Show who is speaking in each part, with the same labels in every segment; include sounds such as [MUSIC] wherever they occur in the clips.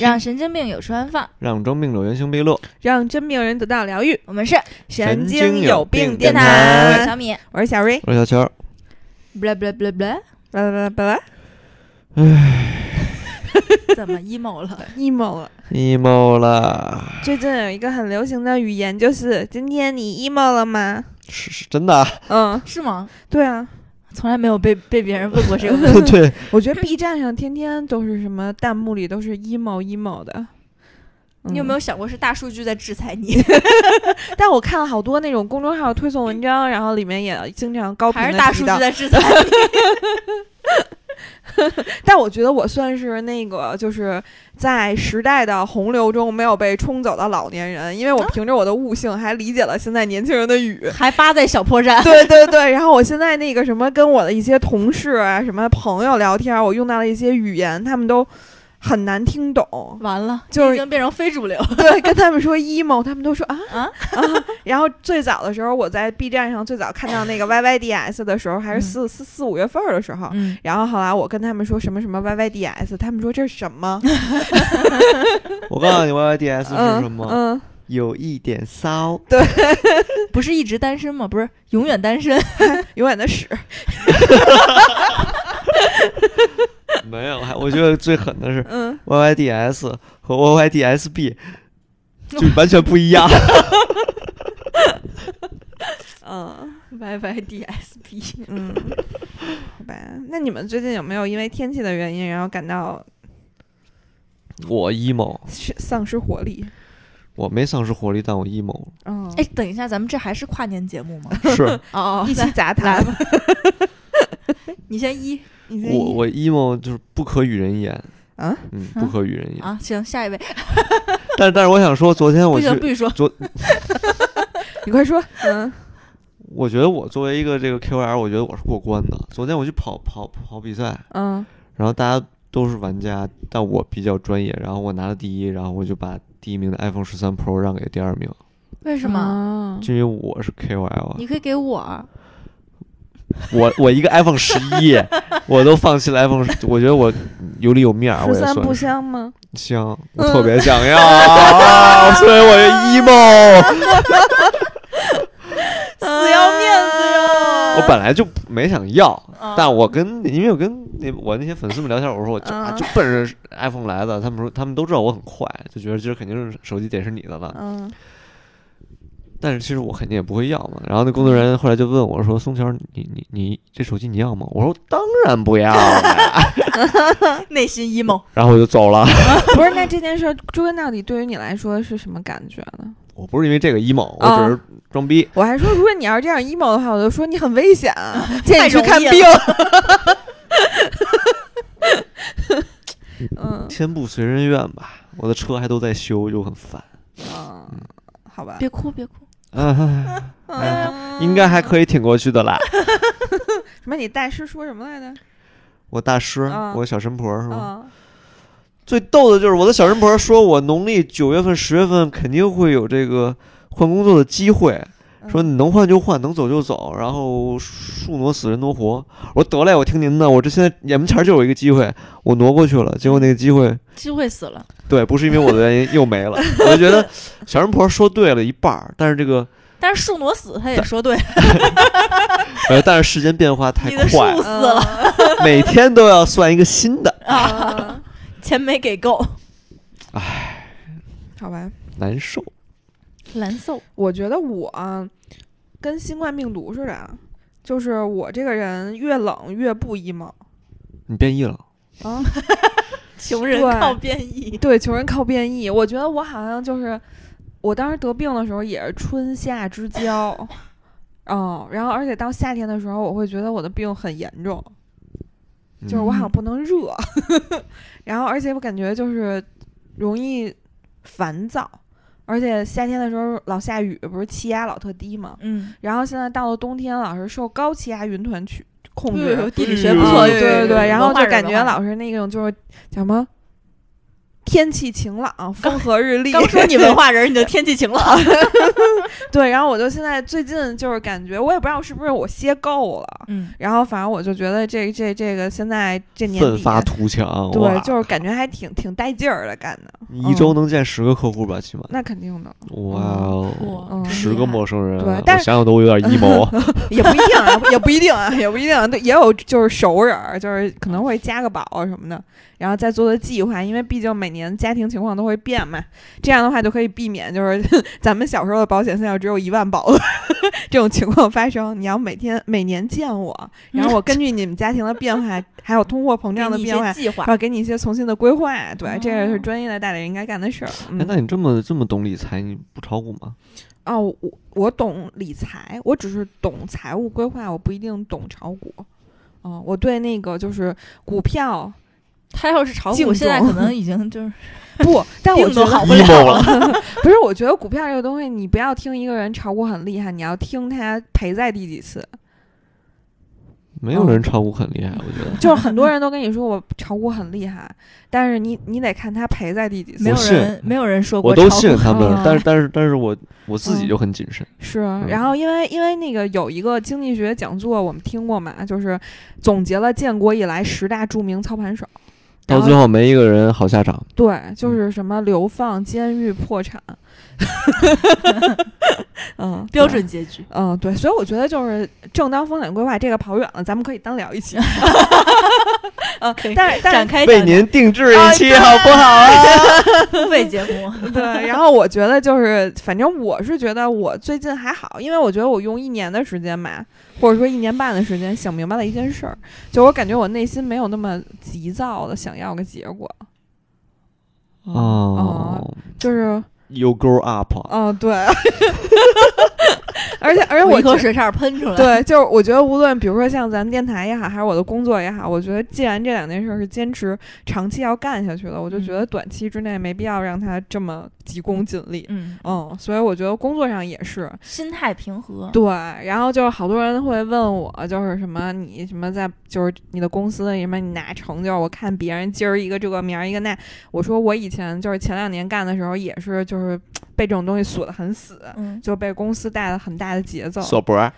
Speaker 1: 让神经病有处安放。
Speaker 2: 让装病者原形毕露。
Speaker 3: 让真病人得到疗愈。
Speaker 1: 我们是
Speaker 2: 神经
Speaker 3: 经
Speaker 2: 有病
Speaker 3: 病
Speaker 2: 电
Speaker 1: 我
Speaker 2: 台
Speaker 1: 是
Speaker 3: 台
Speaker 1: 小，米，
Speaker 3: 我是小瑞。
Speaker 2: 我是小乔儿，
Speaker 1: blah blah blah [LAUGHS] blah，
Speaker 3: 巴拉巴拉巴
Speaker 1: 怎么 emo 了？
Speaker 3: 拉，emo 了。
Speaker 2: emo E 啦，
Speaker 3: 最近有一个很流行的语言，就是今天你 emo 了吗？
Speaker 2: 是是真的啊，
Speaker 3: [LAUGHS]
Speaker 2: [LAUGHS]
Speaker 3: 嗯，
Speaker 1: 是吗？
Speaker 3: 对啊，
Speaker 1: 从来没有被被别人问过这个问题。
Speaker 2: 对，
Speaker 3: 我觉得 B 站上天天都是什么弹幕里都是 emo emo 的。
Speaker 1: 你有没
Speaker 3: 有？
Speaker 1: 有想过是大数据在制裁你，
Speaker 3: 但我看了好多那种公众号推送文章，然后里面也经常高频
Speaker 1: 还
Speaker 3: 的
Speaker 1: 是大数据在制裁你？。
Speaker 3: 但我觉得我算是那个，就是在时代的洪流中没有被冲走的老年人，因为我凭着我的悟性还理解了现在年轻人的语
Speaker 1: [LAUGHS] 还扒在小破站？
Speaker 3: 对对对，然后我现在那个什么，跟我的一些同事啊、什么朋友聊天，我用到了一些语言，他们都很难听懂。
Speaker 1: [LAUGHS] 完了，
Speaker 3: 就是
Speaker 1: 已经变成非主流。
Speaker 3: 对，跟他们说 emo，他们都说啊
Speaker 1: 啊
Speaker 3: 啊。然后最早的时候，我在 B 站上最早看到那个 YYDS 的时候，还是四四四五月份儿的时候，
Speaker 1: 嗯，
Speaker 3: 然后后来我跟他们说什么什么 YYDS，他们说这是什
Speaker 2: [LAUGHS]
Speaker 3: 么？
Speaker 2: 我告诉你 YYDS 是什么，
Speaker 3: 嗯，嗯
Speaker 2: 有一点骚，
Speaker 1: [LAUGHS] 不是一直单身吗？不是永远单身。
Speaker 3: 永远的屎。
Speaker 2: 没有，还我觉得最狠的是
Speaker 3: 嗯，
Speaker 2: YYDS 和 YYDSB 就完全不一样，
Speaker 3: 嗯
Speaker 1: [LAUGHS] Y Y D S B，
Speaker 3: 嗯，好吧。那你们最近有没有因为天气的原因，然后感到
Speaker 2: 我 emo，
Speaker 3: 失丧失活力？
Speaker 2: 我没丧失活力，但我 E emo
Speaker 3: [LAUGHS]
Speaker 2: 了
Speaker 3: 嗯，
Speaker 1: [LAUGHS] 哎，等一下，咱们这还是跨年节目吗？
Speaker 2: 是
Speaker 1: 哦
Speaker 3: 一期杂
Speaker 1: 来
Speaker 3: 谈吧。
Speaker 1: 你先一
Speaker 3: [LAUGHS] 你先
Speaker 2: 我我 emo 就是不可与人言，
Speaker 3: 啊，
Speaker 2: 嗯，
Speaker 1: 啊
Speaker 2: 不可与人言。
Speaker 1: 啊，行，下一位，
Speaker 2: 但是但是我想说，昨天
Speaker 1: 不
Speaker 2: 我
Speaker 1: 许
Speaker 2: 去
Speaker 1: 不许说，
Speaker 3: 你快说。嗯
Speaker 2: 我觉得我作为一个这个 KOL，我觉得我是过关的。昨天我去跑跑跑比赛，
Speaker 3: 嗯
Speaker 2: 然后大家都是玩家，但我比较专业，然后我拿了第一，然后我就把第一名的 iPhone 十三 Pro 让给第二名，
Speaker 1: 为什么？
Speaker 3: 吗？
Speaker 2: 就因为我是 KOL 啊
Speaker 1: 你，可以给我，
Speaker 2: 我我一个 iPhone 十一， [LAUGHS] 我都放弃了 iPhone，10我觉得我有里有面啊儿，我
Speaker 3: 十
Speaker 2: 也
Speaker 3: 三不嗯
Speaker 2: 算是
Speaker 3: 香吗？
Speaker 2: 香，我特别想要，
Speaker 3: [LAUGHS]
Speaker 2: 所以我就 emo，
Speaker 1: 死要面子哟
Speaker 2: 我本来就没想要。
Speaker 1: 啊
Speaker 2: 但我跟因为我跟那我那些粉丝们聊天，我说我就、啊
Speaker 3: 嗯
Speaker 2: 就奔着 iPhone 来的，他们说他们都知道我很快，就觉得今儿肯定是手机得是你的了。
Speaker 3: 嗯
Speaker 2: 但是其实我肯定也不会要嘛。然后那工作人员后来就问我说：“松桥，你你你这手机你要吗？”我说：“当然不要了。
Speaker 1: 内心 emo，”
Speaker 2: [LAUGHS] 然后我就走了。
Speaker 3: 不是，那这件事儿追根到底对于你来说是什么感觉呢？
Speaker 2: 我不是因为这个 emo，我只是装逼。
Speaker 3: 我还说，如果你要是这样 emo 的话，我就说你很危险啊，
Speaker 1: [LAUGHS]
Speaker 3: 建议你去
Speaker 1: 容
Speaker 3: 看
Speaker 1: 易了
Speaker 3: 病。
Speaker 1: [LAUGHS]
Speaker 3: 嗯
Speaker 2: 天不随人愿吧，我的车还都在修，就很烦。 [LAUGHS]
Speaker 3: 嗯，好吧，
Speaker 1: 别哭别哭，
Speaker 2: 啊，
Speaker 3: 嗯
Speaker 2: 应该还可以挺过去的啦。
Speaker 3: 什么？你大师说什么来着？
Speaker 2: 我大师，
Speaker 3: 嗯
Speaker 2: 我小神婆是吗？
Speaker 3: 嗯
Speaker 2: 最逗的就是我的小神婆说，我农历九月份、十月份肯定会有这个换工作的机会，
Speaker 3: 嗯
Speaker 2: 说你能换就换，能走就走，然后树挪死人挪活。我说得嘞，我听您的，我这现在眼门前就有一个机会，我挪过去了，结果那个机会
Speaker 1: 机会死了，
Speaker 2: 对，不是因为我的原因 [LAUGHS] 又没了。我就觉得小神婆说对了一半儿，但是这个
Speaker 1: 但是树挪死他也说对，
Speaker 2: 呃，但是时间变化太
Speaker 1: 你的树
Speaker 2: 快，
Speaker 1: 死了，
Speaker 2: 每天都要算一个新的，
Speaker 3: 啊，
Speaker 1: 钱没给够，
Speaker 3: [LAUGHS] 好吧，
Speaker 2: 难受。
Speaker 1: 难受，
Speaker 3: 我觉得我跟新冠病毒似的啊，就是我这个人越冷越不 emo
Speaker 2: 你变异了，
Speaker 3: 啊。
Speaker 1: 穷人
Speaker 3: 对
Speaker 1: 靠变异，
Speaker 3: 对，穷人靠变异。我觉得我好像就是我当时得病的时候也是春夏之交，嗯，然后而且到夏天的时候，我会觉得我的病很严重，就是我好像不能热， [LAUGHS] 然后而且我感觉就是容易烦躁，而且夏天的时候老下雨，不是气压老特低嘛，
Speaker 1: 嗯，
Speaker 3: 然后现在到了冬天，老是受高气压云团去控
Speaker 1: 嗯
Speaker 3: 制。
Speaker 1: 地理
Speaker 2: 理
Speaker 3: 嗯
Speaker 1: 学
Speaker 2: 学
Speaker 1: 不
Speaker 2: 不
Speaker 1: 错，
Speaker 2: 错
Speaker 3: 对对对，然后就感觉
Speaker 1: 老
Speaker 3: 老是那种就是叫什么天气晴朗，风和日丽。
Speaker 1: 刚说你文化人，你就天气晴 [LAUGHS] 朗。
Speaker 3: [LAUGHS] 对，然后我就现在最近就是感觉，我也不知道是不是我歇够了，
Speaker 1: 嗯，
Speaker 3: 然后反正我就觉得这这这个现在这年
Speaker 2: 奋
Speaker 3: 底，
Speaker 2: 发图强，哇
Speaker 3: 对，就是感觉还挺挺带劲儿的干的，
Speaker 2: 你一周能见十个客户吧，起码。
Speaker 3: 那肯定的，
Speaker 2: 哇哦，
Speaker 1: 哇
Speaker 3: 嗯
Speaker 1: 真
Speaker 2: 十
Speaker 1: 厉
Speaker 2: 个
Speaker 1: 害
Speaker 2: 陌生人，啊
Speaker 3: 对
Speaker 2: 我
Speaker 3: 但
Speaker 2: 想
Speaker 3: 是
Speaker 2: 想都有点 emo 啊。
Speaker 3: 也不一定啊，也不一定啊，也不一定啊、对，也有就是熟人儿，就是可能会加个宝啊什么的，然后再做做计划，因为毕竟每年家庭情况都会变嘛，这样的话就可以避免就是 [LAUGHS] 咱们小时候的保险现在只有一万保额 [LAUGHS] 这种情况发生。你要每天每年见我，然后我根据你们家庭的变化，还有通货膨胀的
Speaker 1: 给你一
Speaker 3: 变化
Speaker 1: 些。计划
Speaker 3: 然，后给你一些重新的规划，对，这个是
Speaker 1: 哦
Speaker 3: 专业的代理人应该干的事儿。嗯
Speaker 2: 哎，那你这么这么懂理财，你不炒股吗？
Speaker 3: 哦，我我懂理财，我只是懂财务规划，我不一定懂炒股。嗯、我对那个就是股票
Speaker 1: 他要是炒
Speaker 3: 敬
Speaker 1: 股，现在
Speaker 3: 重
Speaker 1: 可能已经就是 [LAUGHS]
Speaker 3: 不，但我
Speaker 1: 病都
Speaker 3: 觉得
Speaker 1: 好不
Speaker 2: emo
Speaker 1: 了了。
Speaker 3: [LAUGHS] 不是，我觉得股票这个东西，你不要听一个人炒股很厉害，你要听他赔在第几次。
Speaker 2: 没有人炒股很厉害，我觉得。
Speaker 3: 就是很多人都跟你说我炒股很厉害，但是你你得看他赔在第几
Speaker 1: 没
Speaker 3: 次
Speaker 1: 有
Speaker 2: 我信
Speaker 1: 人，没有人说过
Speaker 2: 我
Speaker 1: 炒
Speaker 2: 都
Speaker 1: 股
Speaker 2: 信他们
Speaker 3: 啊，
Speaker 2: 但是但是但是我我自己
Speaker 3: 嗯
Speaker 2: 就很谨慎。
Speaker 3: 是。
Speaker 1: 嗯
Speaker 3: 然后因为因为那个有一个经济学讲座我们听过嘛，就是总结了建国以来十大著名操盘手。
Speaker 2: 到
Speaker 3: 然后
Speaker 2: 最后没一个人好下场。
Speaker 3: 对，
Speaker 1: 嗯
Speaker 3: 就是什么流放、监狱、
Speaker 1: [LAUGHS]
Speaker 3: 破产，嗯，
Speaker 1: 标
Speaker 3: 对。
Speaker 1: 准结局。
Speaker 3: 嗯，对，所以我觉得就是正当风险规划这个跑远了，咱们可以单聊
Speaker 1: [LAUGHS]
Speaker 3: 一期。嗯，
Speaker 1: 可以
Speaker 3: 但是但
Speaker 1: 展
Speaker 3: 是
Speaker 1: 开
Speaker 2: 为
Speaker 1: 讲
Speaker 2: 您定制
Speaker 3: 啊
Speaker 2: 一期好不好啊？
Speaker 1: 讲付费节目，
Speaker 3: 对，然后我觉得就是，反正我是觉得我最近还好，因为我觉得我用一年的时间吧，或者说一年半的时间想明白了一件事儿，就我感觉我内心没有那么急躁的想要个结果，
Speaker 2: 哦
Speaker 3: 就是
Speaker 2: ，You grow up。
Speaker 3: 嗯，对， [LAUGHS] 而且而且
Speaker 1: 我
Speaker 3: 我
Speaker 1: 一
Speaker 3: 觉
Speaker 1: 口
Speaker 3: 得
Speaker 1: 水差点喷出来。，
Speaker 3: 对，就是我觉得无论比如说像咱们电台也好，还是我的工作也好，我觉得既然这两件事儿是坚持长期要干下去的，我就觉
Speaker 1: 嗯
Speaker 3: 得短期之内没必要让它这么急功近利。
Speaker 1: 嗯，
Speaker 3: 嗯，所以我觉得工作上也是
Speaker 1: 心态平和。
Speaker 3: 对。然后就是好多人会问我，就是什么你什么在就是你的公司里什么你拿成就，我看别人今儿一个这个明儿一个那，我说我以前就是前两年干的时候也是就是被这种东西锁得很死，
Speaker 1: 嗯，
Speaker 3: 就被公司带了很大的节奏。
Speaker 2: 锁脖儿，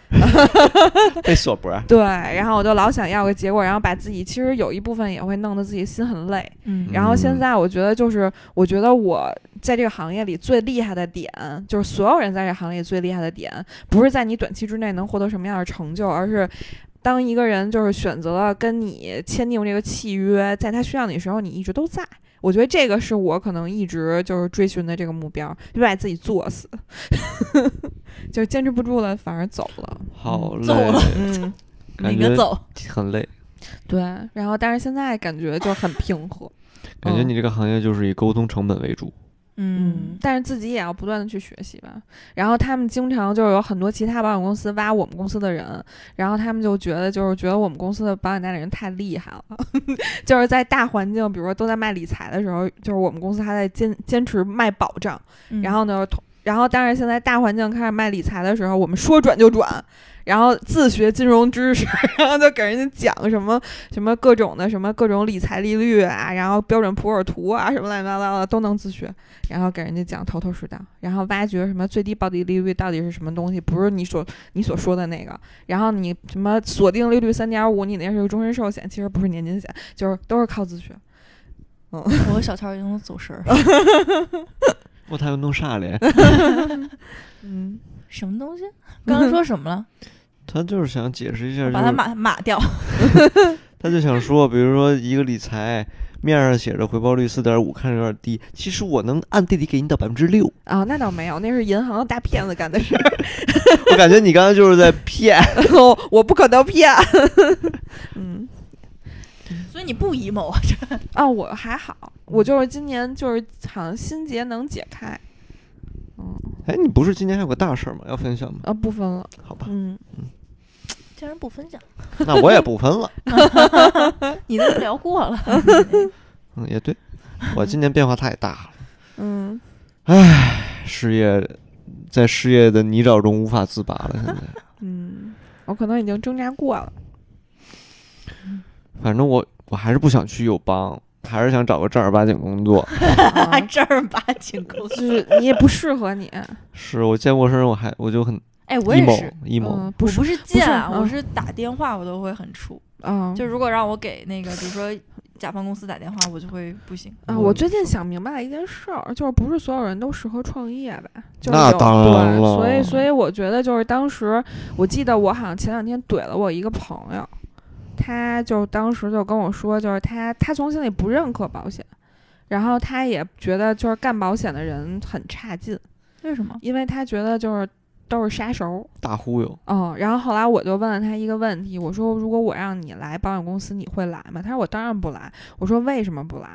Speaker 2: 被锁脖儿。
Speaker 3: 对，然后我就老想要个结果，然后把自己其实有一部分也会弄得自己心很累。
Speaker 1: 嗯
Speaker 3: 然后现
Speaker 2: 嗯
Speaker 3: 在我觉得就是，我觉得我在这个行业里最厉害的点，就是所有人在这行业里最厉害的点，不是在你短期之内能获得什么样的成就，而是。当一个人就是选择了跟你签订这个契约，在他需要你的时候，你一直都在。我觉得这个是我可能一直就是追寻的这个目标，就把自己作死， [LAUGHS] 就是坚持不住了，反而走了。 [LAUGHS]
Speaker 2: 好
Speaker 1: 揍
Speaker 2: 累
Speaker 1: 了，
Speaker 3: 嗯，
Speaker 2: 感
Speaker 1: 你
Speaker 2: 觉
Speaker 1: 个走，
Speaker 2: 很累。
Speaker 3: 对，然后但是现在感觉就很平和，
Speaker 2: 感觉
Speaker 3: 嗯
Speaker 2: 你这个行业就是以沟通成本为主。
Speaker 1: 嗯，
Speaker 3: 但是自己也要不断的去学习吧。然后他们经常就是有很多其他保险公司挖我们公司的人，然后他们就觉得就是觉得我们公司的保险代理人太厉害了， [LAUGHS] 就是在大环境，比如说都在卖理财的时候，就是我们公司还在坚坚持卖保障，
Speaker 1: 嗯
Speaker 3: 然后呢，同然后但是现在大环境开始卖理财的时候，我们说转就转，然后自学金融知识， [LAUGHS] 然后就给人家讲什么什么各种的什么各种理财利率啊，然后标准普尔图啊什么乱七八糟的都能自学，然后给人家讲头头是道，然后挖掘什么最低保底利率到底是什么东西，不是你所你所说的那个，然后你什么锁定利率三点五，你那是终身寿险，其实不是年金险，就是都是靠自学。
Speaker 1: 我和小乔已经走神儿了，
Speaker 2: 我他又弄啥嘞？
Speaker 3: 嗯，
Speaker 1: 什么东西？刚刚说什么了？
Speaker 2: 他就是想解释一下，
Speaker 1: 我
Speaker 2: 就
Speaker 1: 把它
Speaker 2: 是
Speaker 1: 码码掉。
Speaker 2: 他就想说，比如说一个理财，面上写着回报率四点五，看着有点低，其实我能暗地里给你到百分之六。
Speaker 3: 啊、那倒没有，那是银行的大骗子干的事儿。
Speaker 2: 我感觉你刚才就是在骗。
Speaker 3: 我 [LAUGHS] 我不可能骗。嗯
Speaker 1: 所以你不 emo 啊？ [LAUGHS]
Speaker 3: 啊，我还好，我就是今年就是好像心结能解开，嗯
Speaker 2: 哎，你不是今年还有个大事儿吗？要分享吗？
Speaker 3: 啊不分了，
Speaker 2: 好吧，
Speaker 3: 嗯
Speaker 1: 竟然不分享，
Speaker 2: 那我也不分了。
Speaker 1: 你都聊过了。
Speaker 2: 嗯，也对，我今年变化太大了，
Speaker 3: 嗯
Speaker 2: 事业在事业的泥沼中无法自拔了。现在，
Speaker 3: 嗯，我可能 [LAUGHS] 已经挣扎过了，
Speaker 2: 反正我我还是不想去友邦，还是想找个正儿八经工作。
Speaker 3: 啊
Speaker 1: 啊正儿八经工
Speaker 3: 就
Speaker 1: 作。
Speaker 3: 是你也不适合 [LAUGHS] 你，
Speaker 2: 是我见陌生人，我还我就很
Speaker 1: 哎，我也是
Speaker 2: emo，，emo，
Speaker 3: 嗯，
Speaker 1: 我
Speaker 3: 不是，
Speaker 1: 不是见啊，
Speaker 3: 嗯
Speaker 1: 我是打电话，我都会很怵。
Speaker 3: 嗯，
Speaker 1: 就如果让我给那个，比如说甲方公司打电话，我就会不行。
Speaker 3: 啊，
Speaker 2: 嗯
Speaker 3: 我最近想明白了一件事儿，就是不是所有人都适合创业吧？就是
Speaker 2: 那
Speaker 3: 有
Speaker 2: 当然
Speaker 3: 对，所以
Speaker 2: 了
Speaker 3: 所以我觉得就是当时，我记得我好像前两天怼了我一个朋友，他就当时就跟我说，就是他他从心里不认可保险，然后他也觉得就是干保险的人很差劲，
Speaker 1: 为什么？
Speaker 3: 因为他觉得就是都是杀手。
Speaker 2: 大忽悠。
Speaker 3: 嗯，然后后来我就问了他一个问题，我说如果我让你来保险公司，你会来吗？他说我当然不来。我说为什么不来？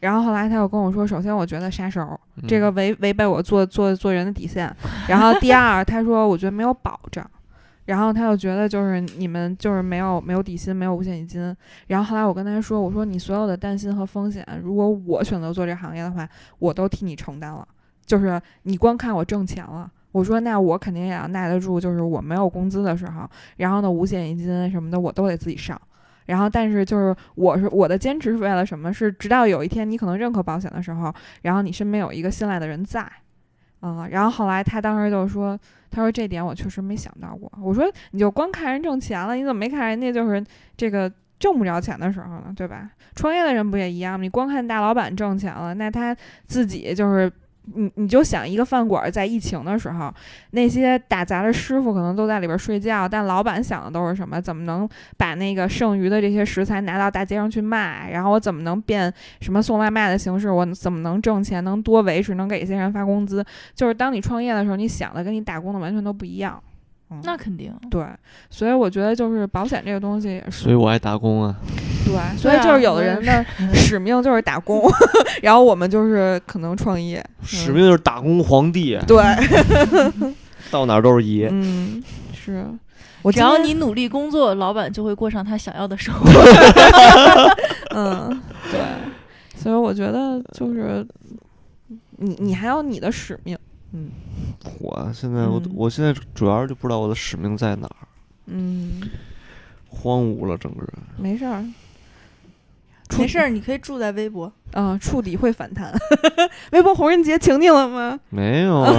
Speaker 3: 然后后来他又跟我说，首先我觉得杀手儿
Speaker 2: 嗯
Speaker 3: 这个违违背我做做做人的底线，然后第二他说我觉得没有保障，然后他又觉得就是你们就是没有没有底薪，没有五险一金。然后后来我跟他说，我说你所有的担心和风险，如果我选择做这行业的话，我都替你承担了。就是你光看我挣钱了，我说那我肯定也要耐得住，就是我没有工资的时候，然后呢五险一金什么的我都得自己上。然后，但是就是我是我的坚持是为了什么？是直到有一天你可能认可保险的时候，然后你身边有一个信赖的人在，啊、然后后来他当时就说，他说这点我确实没想到过。我说你就光看人挣钱了，你怎么没看人家就是这个挣不着钱的时候呢？对吧？创业的人不也一样吗？你光看大老板挣钱了，那他自己就是。你你就想一个饭馆在疫情的时候，那些打杂的师傅可能都在里边睡觉，但老板想的都是什么？怎么能把那个剩余的这些食材拿到大街上去卖？然后我怎么能变什么送外卖的形式？我怎么能挣钱？能多维持？能给一些人发工资？就是当你创业的时候，你想的跟你打工的完全都不一样。嗯
Speaker 1: 那肯定。
Speaker 3: 对，所以我觉得就是保险这个东西也是
Speaker 2: 所以我爱打工啊，
Speaker 3: 对，所以
Speaker 1: 对啊
Speaker 3: 就是有的
Speaker 1: 我也
Speaker 3: 人的使命就是打工， [LAUGHS] 然后我们就是可能创业。
Speaker 2: 使命就是打工皇帝，
Speaker 3: 对，
Speaker 2: 到哪儿都是爷。
Speaker 3: 嗯，是我
Speaker 1: 只
Speaker 3: 今
Speaker 1: 要
Speaker 3: 天
Speaker 1: 你努力工作，老板就会过上他想要的生活。
Speaker 3: 嗯，对，所以我觉得就是你你还有你的使命，
Speaker 2: 我现在我
Speaker 3: 嗯
Speaker 2: 我现在主要是就不知道我的使命在哪儿，
Speaker 3: 嗯，
Speaker 2: 荒芜了整个人。
Speaker 3: 没事儿，触
Speaker 1: 没事儿，你可以住在微博。
Speaker 3: 嗯，触底会反弹。 [LAUGHS] 微博红人节请你了吗？
Speaker 2: 没 [LAUGHS] 有啊，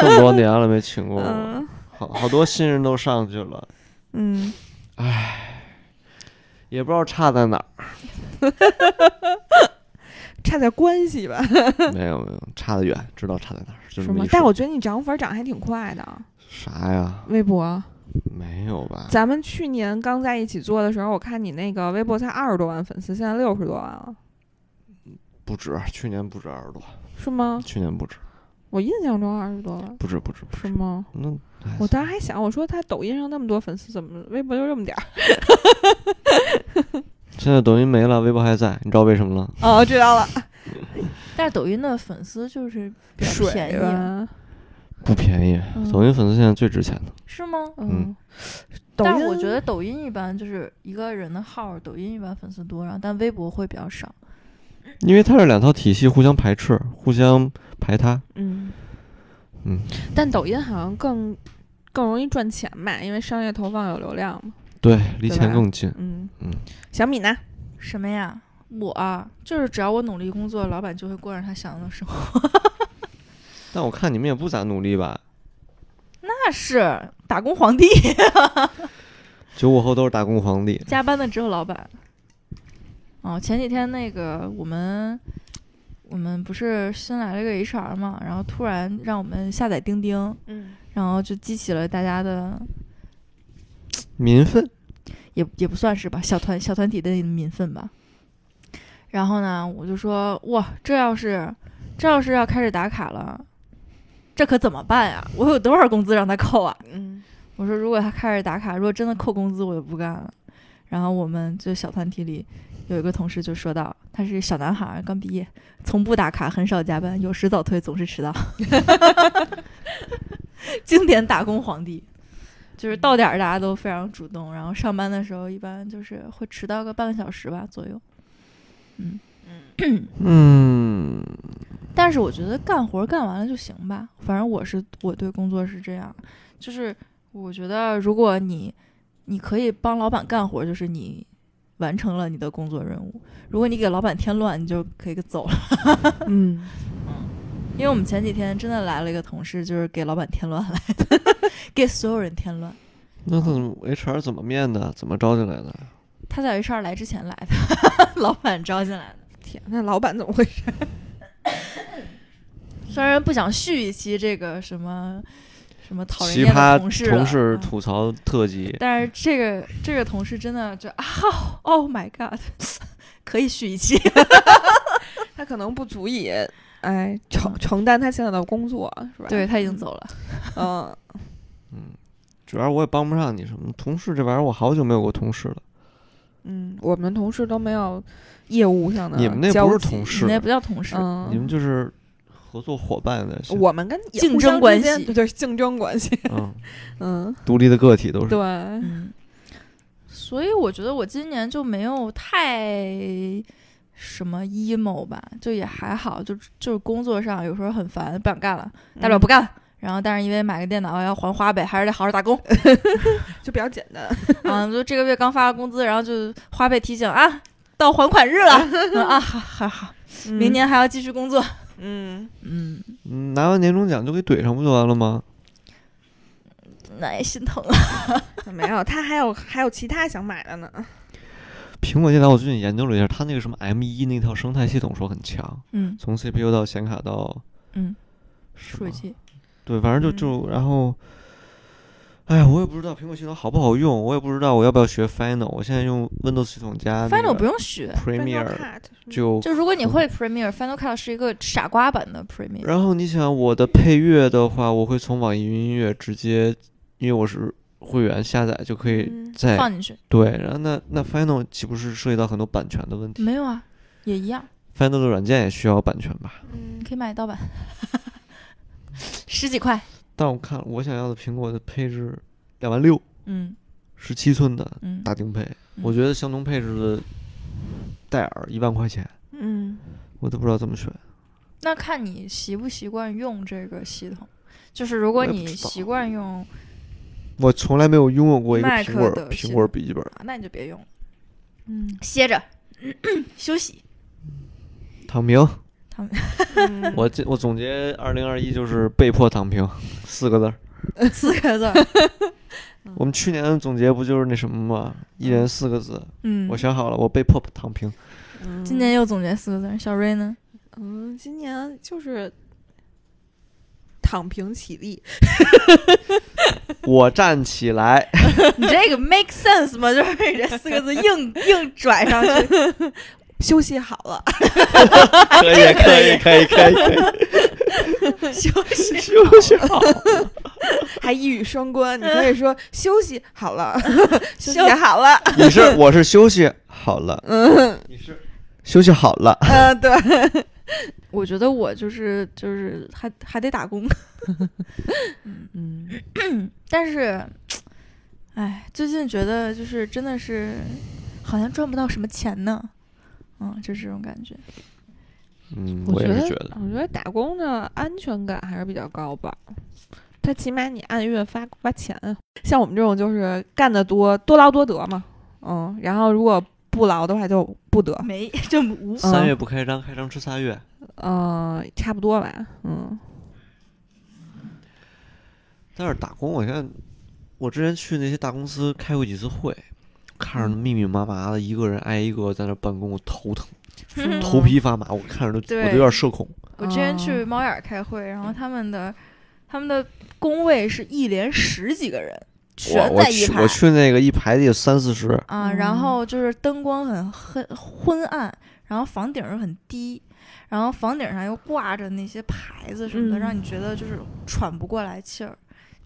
Speaker 2: 这么多年了没请过我，
Speaker 3: 嗯
Speaker 2: 好好多新人都上去了，
Speaker 3: 嗯，
Speaker 2: 也不知道差在哪 [LAUGHS] 儿。
Speaker 3: 差点关系吧，
Speaker 2: 没有没有，差得远，知道差在哪嗯儿，嗯就这
Speaker 3: 是
Speaker 2: 么
Speaker 3: 吗
Speaker 2: 一？
Speaker 3: 但
Speaker 2: 说
Speaker 3: 我觉得你涨粉儿涨还挺快的。
Speaker 2: 啥呀？
Speaker 3: 微博，
Speaker 2: 没有吧？
Speaker 3: 咱们去年刚在一起做的时候，我看你那个微博才二十多万粉丝，现在六十多万了，
Speaker 2: 不止，去年不止二十多，
Speaker 3: 是吗？
Speaker 2: 去年不止，
Speaker 3: 我印象中二十多万，
Speaker 2: 不止不止不
Speaker 3: 是
Speaker 2: 止。
Speaker 3: 吗？
Speaker 2: 那哎
Speaker 3: 我当时还想，我说他抖音上那么多粉丝，怎么微博就这么点儿？
Speaker 2: 现在抖音没了，微博还在，你知道为什么了？
Speaker 3: 哦，知道了，
Speaker 1: 但是抖音的粉丝就是比较
Speaker 3: [LAUGHS] 水
Speaker 1: 便宜，
Speaker 3: 吧，
Speaker 2: 不便宜，
Speaker 3: 嗯
Speaker 2: 抖音粉丝现在最值钱的。
Speaker 1: 是吗？
Speaker 3: 嗯，抖
Speaker 1: 但
Speaker 3: 音
Speaker 1: 我觉得抖音一般就是一个人的号，抖音一般粉丝多，然后但微博会比较少。
Speaker 2: 因为它是两套体系互相排斥、互相排他。
Speaker 3: 嗯，
Speaker 2: 嗯，
Speaker 3: 但抖音好像更更容易赚钱吧，因为商业投放有流量嘛。
Speaker 2: 对，离
Speaker 3: 对
Speaker 2: 钱
Speaker 3: 吧
Speaker 2: 更近。
Speaker 3: 嗯
Speaker 2: 嗯，
Speaker 3: 小米呢？
Speaker 1: 什么呀？我啊，就是只要我努力工作，老板就会过上他想要的生活。
Speaker 2: 但我看你们也不咋努力吧？
Speaker 1: 那是打工皇帝，
Speaker 2: 九五后都是打工皇帝。
Speaker 1: 加班的只有老板。哦，前几天那个我们我们不是新来了个 HR 嘛，然后突然让我们下载钉钉，
Speaker 3: 嗯，
Speaker 1: 然后就激起了大家的
Speaker 2: 民愤，
Speaker 1: 也也不算是吧，小团小团体的民愤吧。然后呢，我就说哇，这要是这要是要开始打卡了，这可怎么办呀？我有多少工资让他扣啊？
Speaker 3: 嗯，
Speaker 1: 我说如果他开始打卡，如果真的扣工资，我就不干了。然后我们就小团体里有一个同事就说到，他是小男孩儿，刚毕业，从不打卡，很少加班，有时早退，总是迟到， [LAUGHS] 经典打工皇帝。就是到点儿大家都非常主动，然后上班的时候一般就是会迟到个半个小时吧左右。
Speaker 2: 嗯，
Speaker 1: 但是我觉得干活儿干完了就行吧，反正我是我对工作是这样，就是我觉得如果你你可以帮老板干活儿，就是你完成了你的工作任务。如果你给老板添乱，你就可以给走了。
Speaker 3: 嗯，
Speaker 1: 因为我们前几天真的来了一个同事，就是给老板添乱来的， [LAUGHS] 给所有人添乱。
Speaker 2: 那他怎么 HR 怎么面的？怎么招进来的？
Speaker 1: 他在 HR 来之前来的， [LAUGHS] 老板招进来的。
Speaker 3: 天，那老板怎么回事？
Speaker 1: 虽然不想续一期这个什么什么讨人
Speaker 2: 奇
Speaker 1: 厌的
Speaker 2: 葩
Speaker 1: 同事了
Speaker 2: 同
Speaker 1: 啊
Speaker 2: 事吐槽特辑，
Speaker 3: [LAUGHS]
Speaker 1: 但是这个这个同事真的就 [LAUGHS] 啊，Oh my god，可 [LAUGHS] 以续一期。
Speaker 3: 他可能不足以哎承承担他现在的工作，是吧？
Speaker 1: 嗯 [LAUGHS] 对他已经走了，
Speaker 3: 嗯，
Speaker 2: 主要我也帮不上你什么。同事这玩意儿，我好久没有过同事了。
Speaker 3: 嗯，我们同事都没有业务上的
Speaker 2: 你们那
Speaker 3: 交
Speaker 2: 不是
Speaker 3: 集
Speaker 2: 同事
Speaker 1: 你那不叫同事，
Speaker 3: 嗯，
Speaker 2: 你们就是合作伙伴在想，
Speaker 3: 我们跟也
Speaker 1: 竞
Speaker 3: 互
Speaker 1: 争
Speaker 3: 相之
Speaker 1: 关
Speaker 3: 间
Speaker 1: 系
Speaker 3: 对对竞争关系，
Speaker 1: [LAUGHS]
Speaker 2: 嗯，
Speaker 3: 嗯，
Speaker 2: 独立的个体都是。
Speaker 3: 对，
Speaker 1: 嗯，所以我觉得我今年就没有太什么 emo 吧，就也还好，就就是工作上有时候很烦，不想干了，大
Speaker 3: 嗯
Speaker 1: 不了不干了。然后，但是因为买个电脑要还花呗，还是得好好打工。
Speaker 3: [LAUGHS] 就比较简
Speaker 1: [LAUGHS]
Speaker 3: 单，
Speaker 1: 啊，就这个月刚发了工资，然后就花呗提醒啊，到还款
Speaker 3: [LAUGHS]
Speaker 1: 日了嗯啊，好好好，明年还要继续工作。
Speaker 3: 嗯，
Speaker 1: 嗯，
Speaker 2: 嗯，拿完年终奖就给怼上不就完了吗？
Speaker 1: 那也心疼啊。
Speaker 3: 嗯没有，他还有还有其他想买的
Speaker 2: [LAUGHS]
Speaker 3: 呢，
Speaker 2: 苹果电脑我最近研究了一下，它那个什么 M 一那套生态系统说很强，
Speaker 1: 嗯
Speaker 2: 从 CPU 到显卡到
Speaker 1: 嗯，
Speaker 2: 什
Speaker 1: 数
Speaker 2: 么
Speaker 1: 据器
Speaker 2: 对，反正就
Speaker 3: 嗯
Speaker 2: 就然后，哎呀，我也不知道苹果系统好不好用，我也不知道我要不要学 Final。我现在用 Windows 系统加那
Speaker 1: ，Final
Speaker 2: 个
Speaker 1: 不用学。
Speaker 3: Final
Speaker 2: Premiere
Speaker 3: Cut 是吗
Speaker 2: 就。
Speaker 1: 就如果你会 Premiere，Final Cut 是一个傻瓜版的 Premiere。
Speaker 2: 然后你想我的配乐的话，我会从网易云音乐直接，因为我是会员下载就可以
Speaker 3: 嗯
Speaker 2: 在、
Speaker 1: 放进去
Speaker 2: 对。然后那那 Final 岂不是涉及到很多版权的问题
Speaker 1: 没有啊，也一样，
Speaker 2: ？Final 的软件也需要版权吧？
Speaker 3: 嗯
Speaker 1: 你可以买盗版，十几块。
Speaker 2: 但我看我想要的苹果的配置两万六，
Speaker 1: 嗯
Speaker 2: 十七寸的
Speaker 1: 嗯，
Speaker 2: 大顶配，
Speaker 1: 嗯
Speaker 2: 我觉得相同配置的戴尔一万块钱。
Speaker 3: 嗯，
Speaker 2: 我都不知道怎么选。
Speaker 1: 那看你习不习惯用这个系统。就是如
Speaker 2: 我
Speaker 1: 果
Speaker 2: 也不
Speaker 1: 你
Speaker 2: 知道
Speaker 1: 习惯用，
Speaker 2: 我从来没有拥有过一个
Speaker 1: Mac
Speaker 2: 苹果
Speaker 1: 的系
Speaker 2: 苹
Speaker 1: 统
Speaker 2: 果笔记本，
Speaker 1: 啊那你就别用了，
Speaker 3: 嗯
Speaker 1: 歇着，休息。
Speaker 2: 躺平。
Speaker 1: [LAUGHS]
Speaker 3: 嗯
Speaker 2: 我这我总结二零二一就是被迫躺平 [LAUGHS] 四个字儿。
Speaker 1: 四个字儿，
Speaker 2: 我们去年的总结不就是那什么吗？一人四个字。
Speaker 1: 嗯，
Speaker 2: 我想好了，我被迫躺 [LAUGHS] 平。
Speaker 3: 嗯
Speaker 1: 今年又总结四个字儿，小瑞
Speaker 2: [LAUGHS]
Speaker 1: 呢？
Speaker 3: 嗯，今年就是躺平起立，
Speaker 2: 我站起来，
Speaker 1: 你这个 make sense 吗？就是你这四
Speaker 3: [LAUGHS]
Speaker 1: 个字硬硬拽上去，
Speaker 3: 休息好了，
Speaker 2: [LAUGHS] 可以可以可以可以可
Speaker 1: 休息
Speaker 2: [LAUGHS] 以，休息好。
Speaker 3: 还一语双关，你可以说休息好 [LAUGHS] 了，休息好了，
Speaker 2: [LAUGHS]
Speaker 3: [LAUGHS]
Speaker 2: 你是我是休息好 [LAUGHS] 了，
Speaker 3: 嗯
Speaker 2: 你是休息好了。
Speaker 3: 呃，对，
Speaker 1: 我觉得我就是就是还还得打工， [LAUGHS]
Speaker 3: 嗯
Speaker 1: 但是，哎，最近觉得就是真的是好像赚不到什么钱呢，嗯，就这种感觉。
Speaker 2: 嗯，
Speaker 3: 我
Speaker 2: 也
Speaker 3: 得
Speaker 2: 是觉得，
Speaker 3: 我觉得打工的安全感还是比较高吧。他起码你按月发发钱，像我们这种就是干得多，多劳多得嘛。嗯，然后如果不劳的话就不得，
Speaker 1: 没就 [LAUGHS] 无
Speaker 3: 嗯
Speaker 2: 三月不开张，开张吃仨月。
Speaker 3: 嗯、差不多吧。嗯
Speaker 2: 但是打工，我现在我之前去那些大公司开过几次会，看
Speaker 1: 嗯
Speaker 2: 着密密麻麻的一个人挨一个在那办公，我头疼，
Speaker 3: 嗯
Speaker 2: 头皮发麻，我看着都
Speaker 1: 对
Speaker 2: 我都有点社恐。
Speaker 1: 我之前去猫眼儿开会，然后他们的他们的工位是一连十几个人，全
Speaker 2: 我我
Speaker 1: 在一
Speaker 2: 去
Speaker 1: 排
Speaker 2: 我。去那个一排得有三四十，
Speaker 1: 啊，
Speaker 3: 嗯
Speaker 1: 然后就是灯光很很昏暗，然后房顶儿很低，然后房顶上又挂着那些牌子什么的，
Speaker 3: 嗯
Speaker 1: 让你觉得就是喘不过来气儿，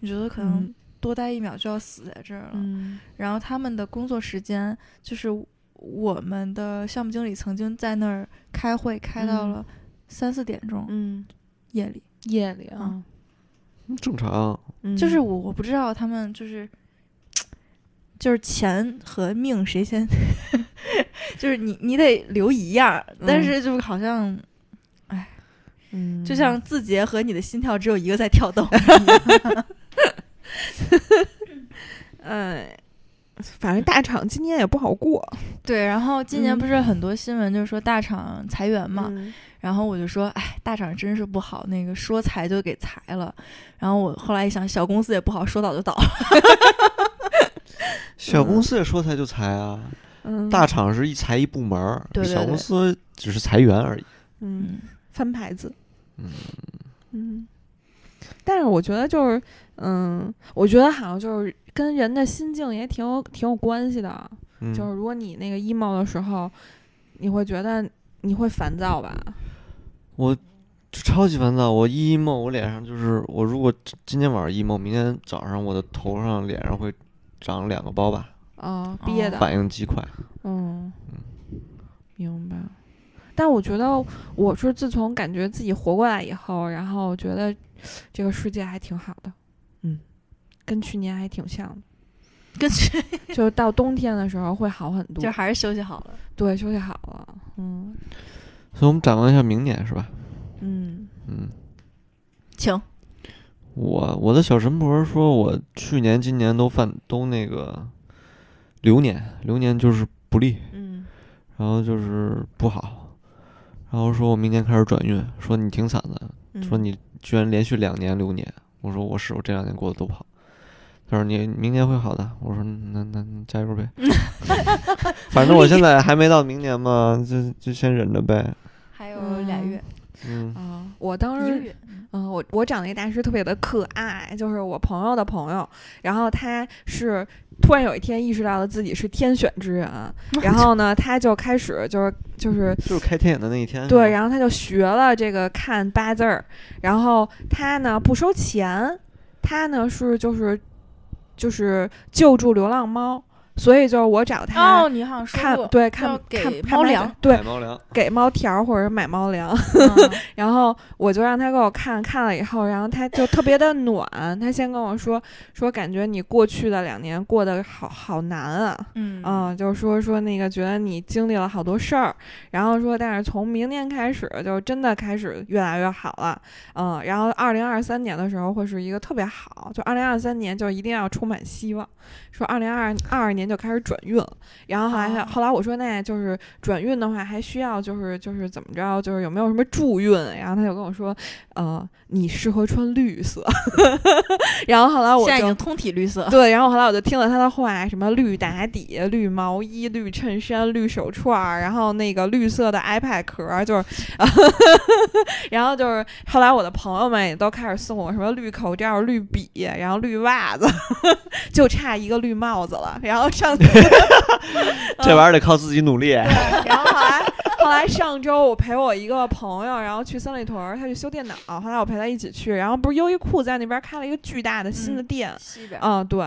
Speaker 1: 你觉得可能多待一秒就要死在这儿了。
Speaker 3: 嗯
Speaker 1: 然后他们的工作时间就是我们的项目经理曾经在那儿开会开到
Speaker 3: 嗯
Speaker 1: 了三四点钟、
Speaker 3: 嗯，
Speaker 1: 夜里，
Speaker 3: 夜里啊，
Speaker 2: 正常。
Speaker 3: 嗯
Speaker 1: 嗯就是我我不知道他们就是。就是钱和命谁先， [LAUGHS] 就是你你得留一样儿，但
Speaker 3: 嗯
Speaker 1: 是就是好像、
Speaker 3: 嗯
Speaker 1: 就像字节和你的心跳只有一个在跳动。
Speaker 3: 哎，反正大厂今年也不好过
Speaker 1: [LAUGHS] 对，然后今年
Speaker 3: 嗯
Speaker 1: 不是很多新闻就是说大厂裁员
Speaker 2: 嗯
Speaker 1: 嘛，
Speaker 3: 嘛。
Speaker 1: 然后我就说，哎，大厂真是不好，那个说裁就给裁了。然后我后来一想，小公司也不好，说倒就倒。
Speaker 2: 小
Speaker 1: 嗯
Speaker 2: 公司也说裁就裁啊，
Speaker 3: 嗯，
Speaker 2: 大厂是一裁一部门儿，
Speaker 1: 对对
Speaker 2: 小公
Speaker 1: 对
Speaker 2: 司只是裁员而已。
Speaker 3: 嗯，
Speaker 1: 嗯，
Speaker 3: 翻牌子。
Speaker 2: 嗯
Speaker 3: 嗯，但是我觉得就是，嗯，我觉得好像就是跟人的心境也挺有挺有关系的。
Speaker 2: 嗯，
Speaker 3: 就是如果你那个 emo 的时候，你会觉得你会烦躁吧？
Speaker 2: 我超级烦躁，我一 emo，我脸上就是我如果今今天晚上 emo，明天早上我的头上、脸上会长两个包吧，
Speaker 3: 啊、毕业
Speaker 1: 哦
Speaker 3: 的，
Speaker 2: 反应极快。
Speaker 3: 嗯，明白。但我觉得我是自从感觉自己活过来以后，然后我觉得这个世界还挺好的，嗯，跟去年还挺像的，
Speaker 1: [LAUGHS] 跟 [LAUGHS] 去
Speaker 3: 就是到冬天的时候会好很多
Speaker 1: 就，还是休息好了。
Speaker 3: 对，休息好了，嗯
Speaker 2: 所以我们展望一下明年是吧？
Speaker 3: 嗯
Speaker 2: 嗯，
Speaker 1: 请，
Speaker 2: 我我的小神婆说我去年、今年都犯都那个流年，流年就是不利，
Speaker 3: 嗯
Speaker 2: 然后就是不好，然后说我明年开始转运，说你挺惨的，
Speaker 3: 嗯，
Speaker 2: 说你居然连续两年流年，我说我是，我这两年过得都不好。他说你明年会好的，我说那那那加油
Speaker 3: [LAUGHS]
Speaker 2: 呗，反正我现在还没到明年嘛，就就先忍着呗。
Speaker 1: 还
Speaker 3: 有俩月，
Speaker 2: 嗯
Speaker 3: 啊、我当
Speaker 1: 一个
Speaker 3: 时
Speaker 1: 月。
Speaker 3: 嗯，我我找那大师特别的可爱，就是我朋友的朋友，然后他是突然有一天意识到了自己是天选之人，啊 [LAUGHS] 然后呢，他就开始就是就是
Speaker 2: 就是开天眼的那一天。
Speaker 3: 对，
Speaker 2: 是吧，
Speaker 3: 然后他就学了这个看八字儿，然后他呢不收钱，他呢是就是就是救助流浪猫，所以就是我找他。
Speaker 1: 哦，你好像说
Speaker 3: 看
Speaker 1: 过，
Speaker 3: 对看
Speaker 1: 要
Speaker 3: 看
Speaker 1: 给
Speaker 3: 看
Speaker 1: 猫
Speaker 3: 八字
Speaker 1: 粮
Speaker 3: 儿，对
Speaker 2: 买猫粮，
Speaker 3: 给猫条儿或者买猫粮， [LAUGHS]
Speaker 1: 嗯
Speaker 3: 然后我就让他给我看看了以后，然后他就特别的暖，他先跟我说说感觉你过去的两年过得好好难啊，
Speaker 1: 嗯
Speaker 3: 嗯，就是说说那个觉得你经历了好多事儿，然后说但是从明年开始就真的开始越来越好了，嗯，然后二零二三年的时候会是一个特别好，就二零二三年就一定要充满希望，说二零二二年就开始转运，然后后来他、
Speaker 1: 哦
Speaker 3: 后来我说那就是转运的话还需要就是就是怎么着就是有没有什么助运，啊然后他就跟我说，呃，你适合穿绿色， [LAUGHS] 然后后来我
Speaker 1: 现在已
Speaker 3: 就
Speaker 1: 经通体绿 [LAUGHS] 色。
Speaker 3: 对，然后后来我就听了他的话，什么绿打底、绿毛衣、绿衬衫、绿手串儿，然后那个绿色的 iPad 壳儿，就是， [LAUGHS] 然后就是后来我的朋友们也都开始送我什么绿口罩、绿笔，然后绿袜子， [LAUGHS] 就差一个绿帽子了。然后上次啊
Speaker 2: 这玩意儿得靠自己努力。
Speaker 3: 然后后来后来上周我陪我一个朋友，然后去三里屯儿，他去修电脑，后来我陪他一起去，然后不是优衣库在那边开了一个巨大的新的
Speaker 1: 嗯
Speaker 3: 店，
Speaker 1: 西边
Speaker 3: 嗯，对。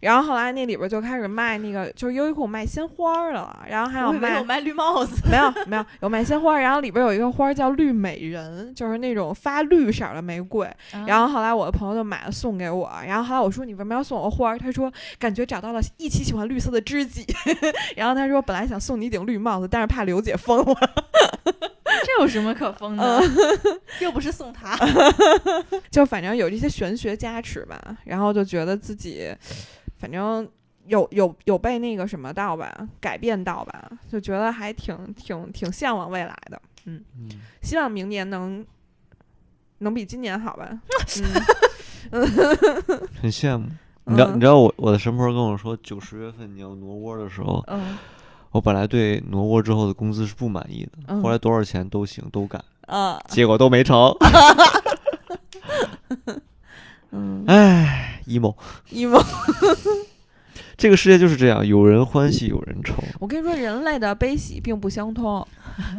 Speaker 3: 然后后来那里边就开始卖那个，就是优衣库卖鲜花儿的了，然后还有
Speaker 1: 我以为
Speaker 3: 卖
Speaker 1: 有卖绿帽 [LAUGHS] 子，
Speaker 3: [LAUGHS] 没有没有有卖鲜花儿，然后里边有一个花儿叫绿美人，就是那种发绿色儿的玫
Speaker 1: 啊
Speaker 3: 瑰。然后后来我的朋友就买了送给我，然后后来我说你为什么要送我花儿？他说感觉找到了一起喜欢绿色的知己。 [LAUGHS] 然后他说本来想送你一顶绿帽子，但是怕刘姐封我。
Speaker 1: 这有什么可疯的？又不是送他， [LAUGHS]
Speaker 3: 就反正有这些玄学加持吧，然后就觉得自己反正有有有被那个什么到吧，改变到吧，就觉得还挺挺挺向往未来的。
Speaker 2: 嗯
Speaker 3: 希望明年能能比今年好 [LAUGHS] 吧。
Speaker 2: 很羡慕。
Speaker 3: 嗯
Speaker 2: 你知道，你知道我我的神婆跟我说，九十月份你要挪窝的时候，
Speaker 3: [LAUGHS] 嗯
Speaker 2: 我本来对挪窝之后的工资是不满意的，
Speaker 3: 嗯，
Speaker 2: 后来多少钱都行都干，
Speaker 3: 啊
Speaker 2: 结果都没成。
Speaker 3: 嗯
Speaker 2: 唉，emo，
Speaker 3: ，emo。
Speaker 2: 这个世界就是这样，有人欢喜有人愁。
Speaker 3: 我跟你说，人类的悲喜并不相通。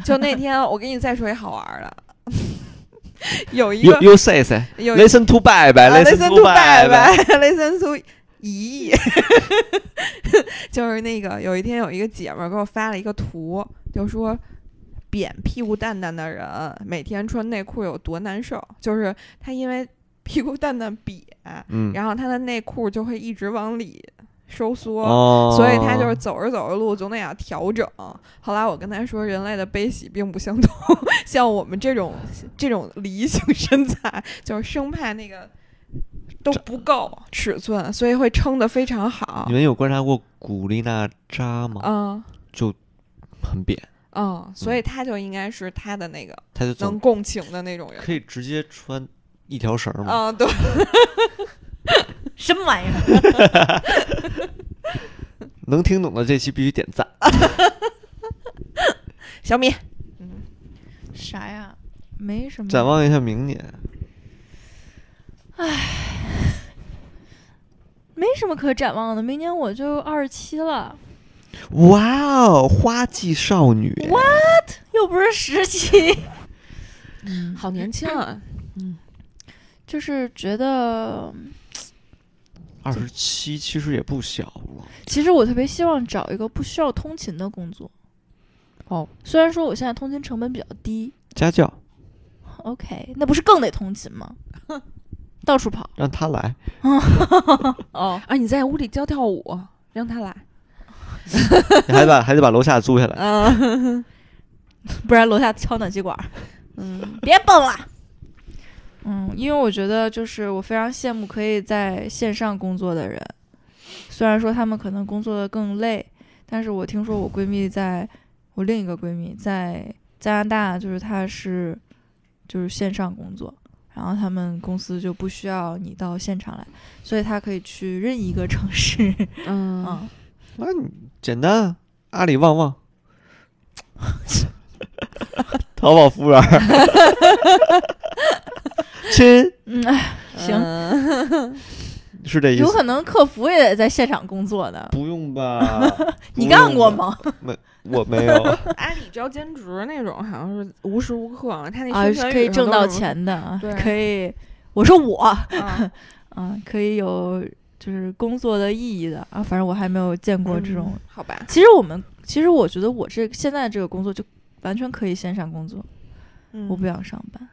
Speaker 3: 就 [LAUGHS] 那天我给你再说一好玩儿 [LAUGHS] 的，有一
Speaker 2: You
Speaker 3: 个
Speaker 2: you say say
Speaker 3: 有一
Speaker 2: listen to bye bye
Speaker 3: 啊
Speaker 2: listen to bye bye。
Speaker 3: 拜 [LAUGHS] ，listen to 咦， [LAUGHS] 就是那个有一天有一个姐们儿给我发了一个图，就说扁屁股蛋蛋的人每天穿内裤有多难受，就是她因为屁股蛋蛋瘪，
Speaker 2: 嗯，
Speaker 3: 然后她的内裤就会一直往里收缩。
Speaker 2: 哦，
Speaker 3: 所以她就是走着走着路总得要调整。后来我跟她说，人类的悲喜并不相同， [LAUGHS] 像我们这种这种理性身材，就是生怕那个都不够尺寸，所以会撑得非常好
Speaker 2: 你。们有观察过古力娜扎吗？
Speaker 3: 嗯
Speaker 2: 就很扁，
Speaker 3: 嗯，所以它就应该是它的那个
Speaker 2: 它就总
Speaker 3: 能共情的那种人。
Speaker 2: 可以直接穿一条绳儿嘛。
Speaker 3: 啊，对，
Speaker 1: 什么玩意儿？
Speaker 2: 能听懂的这期必须点赞。
Speaker 3: 小米，
Speaker 1: 啥呀？没什么。
Speaker 2: 展望一下明年，
Speaker 1: 没什么可展望的，明年我就二十七了，
Speaker 2: 哇哦，花季少女，
Speaker 1: 又不是十七。 [LAUGHS] 嗯，
Speaker 3: 好年轻啊！
Speaker 1: 就是觉得，
Speaker 2: 二十七其实也不小了。
Speaker 1: 其实我特别希望找一个不需要通勤的工作。
Speaker 3: 哦，
Speaker 1: 虽然说我现在通勤成本比较低
Speaker 2: 家教
Speaker 1: ，OK，那不是更得通勤 [LAUGHS] 吗？到处跑，
Speaker 2: 让他来，
Speaker 1: 哦，
Speaker 3: 啊，你在屋里教跳舞，让他来。
Speaker 2: 你还得把还 [LAUGHS] 得把楼下租下来。
Speaker 3: 嗯
Speaker 1: 不然楼下敲暖气管。
Speaker 3: 嗯
Speaker 1: 别蹦了。嗯，因为我觉得就是我非常羡慕可以在线上工作的人，虽然说他们可能工作的更累，但是我听说我闺蜜在，我另一个闺蜜在加拿大，就是她是就是线上工作，然后他们公司就不需要你到现场来，所以她可以去任意一个城 [LAUGHS] 市。
Speaker 3: 嗯，
Speaker 1: 嗯，
Speaker 2: 那你简单啊，阿里旺
Speaker 1: [LAUGHS]
Speaker 2: 旺，淘宝服务
Speaker 1: [LAUGHS]
Speaker 2: 员儿，亲，
Speaker 1: 嗯，哎行，
Speaker 3: 嗯
Speaker 2: 是这意
Speaker 1: 有
Speaker 2: 思？
Speaker 1: 可能客服也得在现场工作的，？
Speaker 2: 不用吧
Speaker 1: [LAUGHS] 你干过吗？
Speaker 2: 我没有，
Speaker 1: [LAUGHS]
Speaker 3: [LAUGHS] 阿里招兼职那种，好像是无时无刻，他那
Speaker 1: 啊，
Speaker 3: 宣
Speaker 1: 是
Speaker 3: 传
Speaker 1: 可以
Speaker 3: 语上
Speaker 1: 挣
Speaker 3: 都
Speaker 1: 到
Speaker 3: 是。
Speaker 1: 钱的，啊
Speaker 3: [LAUGHS] 对，
Speaker 1: 可以。我说我
Speaker 3: 啊
Speaker 1: 啊，可以有就是工作的意义的啊，反正 [LAUGHS] 我还没有见过这种。
Speaker 3: 嗯好吧，
Speaker 1: 其实我们，其实我觉得我这现在这个工作就完全可以线上工作，我不
Speaker 3: 要。
Speaker 1: 想上班，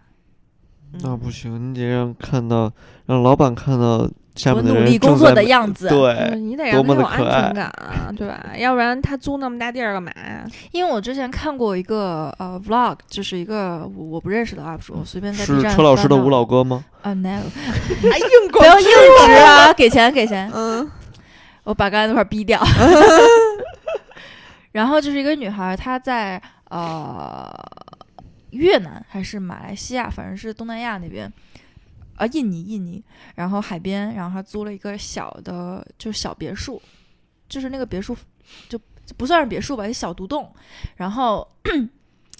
Speaker 3: 嗯
Speaker 2: 那不行，你得让看到，让老板看到下
Speaker 1: 我
Speaker 2: 面的
Speaker 1: 努
Speaker 2: 人
Speaker 1: 力工
Speaker 2: 正
Speaker 1: 作
Speaker 2: 在
Speaker 1: 的
Speaker 2: 美
Speaker 1: 样子。
Speaker 3: 就是
Speaker 2: 对，
Speaker 3: 嗯你得
Speaker 2: 哎多
Speaker 3: 让他
Speaker 2: 么的
Speaker 3: 有安
Speaker 2: 可爱
Speaker 3: 全感啊，对吧？要不然他租那么大地儿干嘛呀？ [LAUGHS]
Speaker 1: 因为我之前看过一个呃 vlog，就是一个我我不认识的 UP 主，我随便在 B
Speaker 2: 是
Speaker 1: 站
Speaker 2: 车老师的
Speaker 1: 翻到
Speaker 2: 吴老哥吗？
Speaker 1: 啊，never，
Speaker 2: [LAUGHS]
Speaker 3: 还哎硬
Speaker 1: 不要硬直啊，给钱给钱。
Speaker 3: 嗯
Speaker 1: 我把刚才那块儿逼掉。 [LAUGHS] 然后就是一个女孩儿，她在呃越南还是马来西亚，反正是东南亚那边，啊印尼印尼，然后海边，然后她租了一个小的，就是小别墅，就是那个别墅就就不算是别墅吧，一小独栋。然后 [CLEARS THROAT]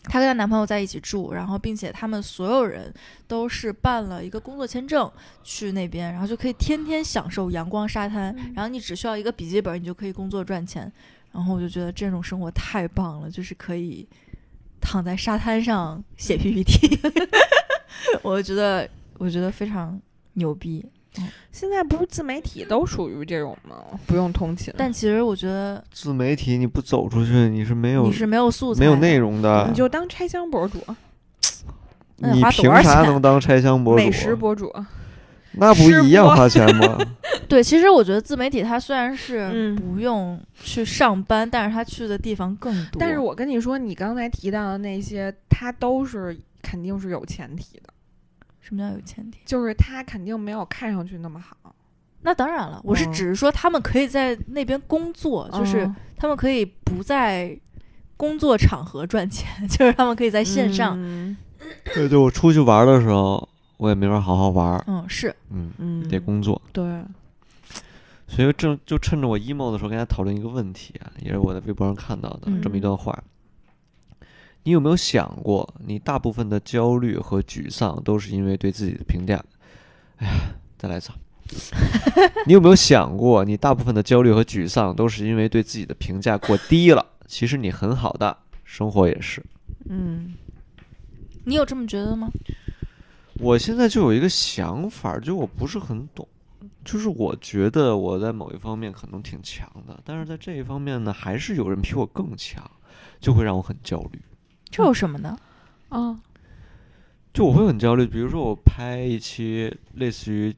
Speaker 1: 她跟她男朋友在一起住，然后并且他们所有人都是办了一个工作签证去那边，然后就可以天天享受阳光沙滩，然后你只需要一个笔记本，你就可以工作赚钱。然后我就觉得这种生活太棒了，就是可以躺在沙滩上
Speaker 2: 嗯
Speaker 1: 写 PPT，我觉得我觉得非常牛逼。
Speaker 2: 嗯
Speaker 3: 现在不是自媒体都属于这种吗？不用通勤，
Speaker 1: 但其实我觉得
Speaker 2: 自媒体你不走出去，你是没有
Speaker 1: 你是没有素材，
Speaker 2: 没有内。容的
Speaker 3: 你，就当拆箱博主、
Speaker 1: 那得
Speaker 2: 你
Speaker 1: 花多
Speaker 2: 凭
Speaker 1: 少
Speaker 2: 啥
Speaker 1: 钱
Speaker 2: 能当拆箱博
Speaker 3: 美食
Speaker 2: 主？啊
Speaker 3: 博主，
Speaker 2: 那不
Speaker 3: 吃
Speaker 2: 一样
Speaker 3: 播
Speaker 2: 花钱吗？
Speaker 1: 对，其实我觉得自媒体它虽然是
Speaker 3: 嗯
Speaker 1: 不用去上班，但是它去的地方更多。
Speaker 3: 但是我跟你说，你刚才提到的那些，他都是肯定是有前提的，
Speaker 1: 什么叫有前提？
Speaker 3: 就是他肯定没有看上去那么好，
Speaker 1: 那当然了，我是
Speaker 3: 嗯
Speaker 1: 只是说他们可以在那边工作，就是。
Speaker 3: 嗯
Speaker 1: 他们可以不在工作场合赚钱， [LAUGHS] 就是他们可以在线上。
Speaker 3: 嗯，
Speaker 2: 对对，我出去玩的时候，我也没法好好玩儿，
Speaker 1: 嗯，是
Speaker 2: 嗯，
Speaker 3: 嗯
Speaker 2: 得工啊作。
Speaker 3: 对，
Speaker 2: 所以正就趁着我 emo 的时候，跟大家讨论一个问题啊，也是我在微博上看到的这么一
Speaker 3: 嗯
Speaker 2: 段话。你有没有想过，你大部分的焦虑和沮丧都是因为对自己的评价？哎呀，再来一次啊。 [LAUGHS] 你有没有想过，你大部分的焦虑和沮丧都是因为对自己的评价过低了？其实你很好的，生活也是。
Speaker 3: 嗯
Speaker 1: 你有这么觉得吗？
Speaker 2: 我现在就有一个想法儿，就我不是很懂，就是我觉得我在某一方面可能挺强的，但是在这一方面呢，还是有人比我更强，就会让我很焦虑。
Speaker 1: 这有什么呢？
Speaker 3: 啊，
Speaker 2: 就我会很焦虑，比如说我拍一期类似于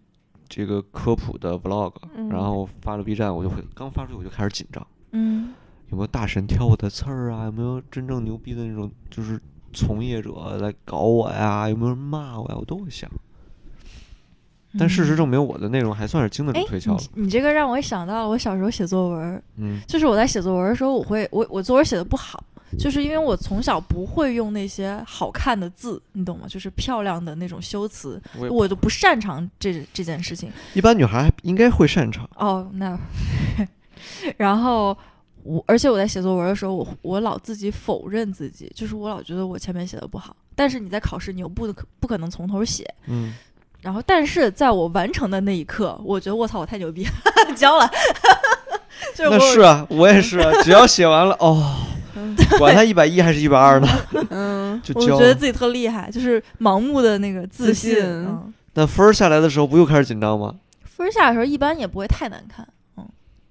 Speaker 2: 这个科普的 vlog，、
Speaker 3: 嗯
Speaker 2: 然后发到 B 站，我就会刚发出去我就开始紧张，
Speaker 1: 嗯
Speaker 2: 有没有大神挑我的刺儿啊？有没有真正牛逼的那种就是从业者来搞我呀？有没有人骂我呀？我都会想。但事实证明，我的内容还算是经得
Speaker 1: 嗯哎
Speaker 2: 住推敲了。
Speaker 1: 你这个让我想到了，我小时候写作文儿，
Speaker 2: 嗯
Speaker 1: 就是我在写作文的时候，我会我我作文写的不好，就是因为我从小不会用那些好看的字，你懂吗？就是漂亮的那种修辞，
Speaker 2: 我也
Speaker 1: 我就不擅长这这件事情。
Speaker 2: 一般女孩还应该会擅长。
Speaker 1: 哦，那 [LAUGHS] 然后我，而且我在写作文的时候，我我老自己否认自己，就是我老觉得我前面写的不好，但是你在考试，你又不可不可能从头写。
Speaker 2: 嗯，
Speaker 1: 然后，但是在我完成的那一刻，我觉得我操，我太牛逼了， [LAUGHS] 交了。就是
Speaker 2: 那
Speaker 1: 我嗯
Speaker 2: 是啊，我也是啊，只要写完了，哦，管他一百一还是一百二呢，
Speaker 3: 嗯，
Speaker 2: 就
Speaker 1: 我
Speaker 2: 交
Speaker 1: 觉得
Speaker 2: 了。
Speaker 1: 自己特厉害，就是盲目的那个自
Speaker 3: 自
Speaker 1: 信。
Speaker 3: 信
Speaker 1: 嗯，
Speaker 2: 那分儿下来的时候，不又开始紧张吗？
Speaker 1: 分儿下的时候一般也不会太难看，嗯，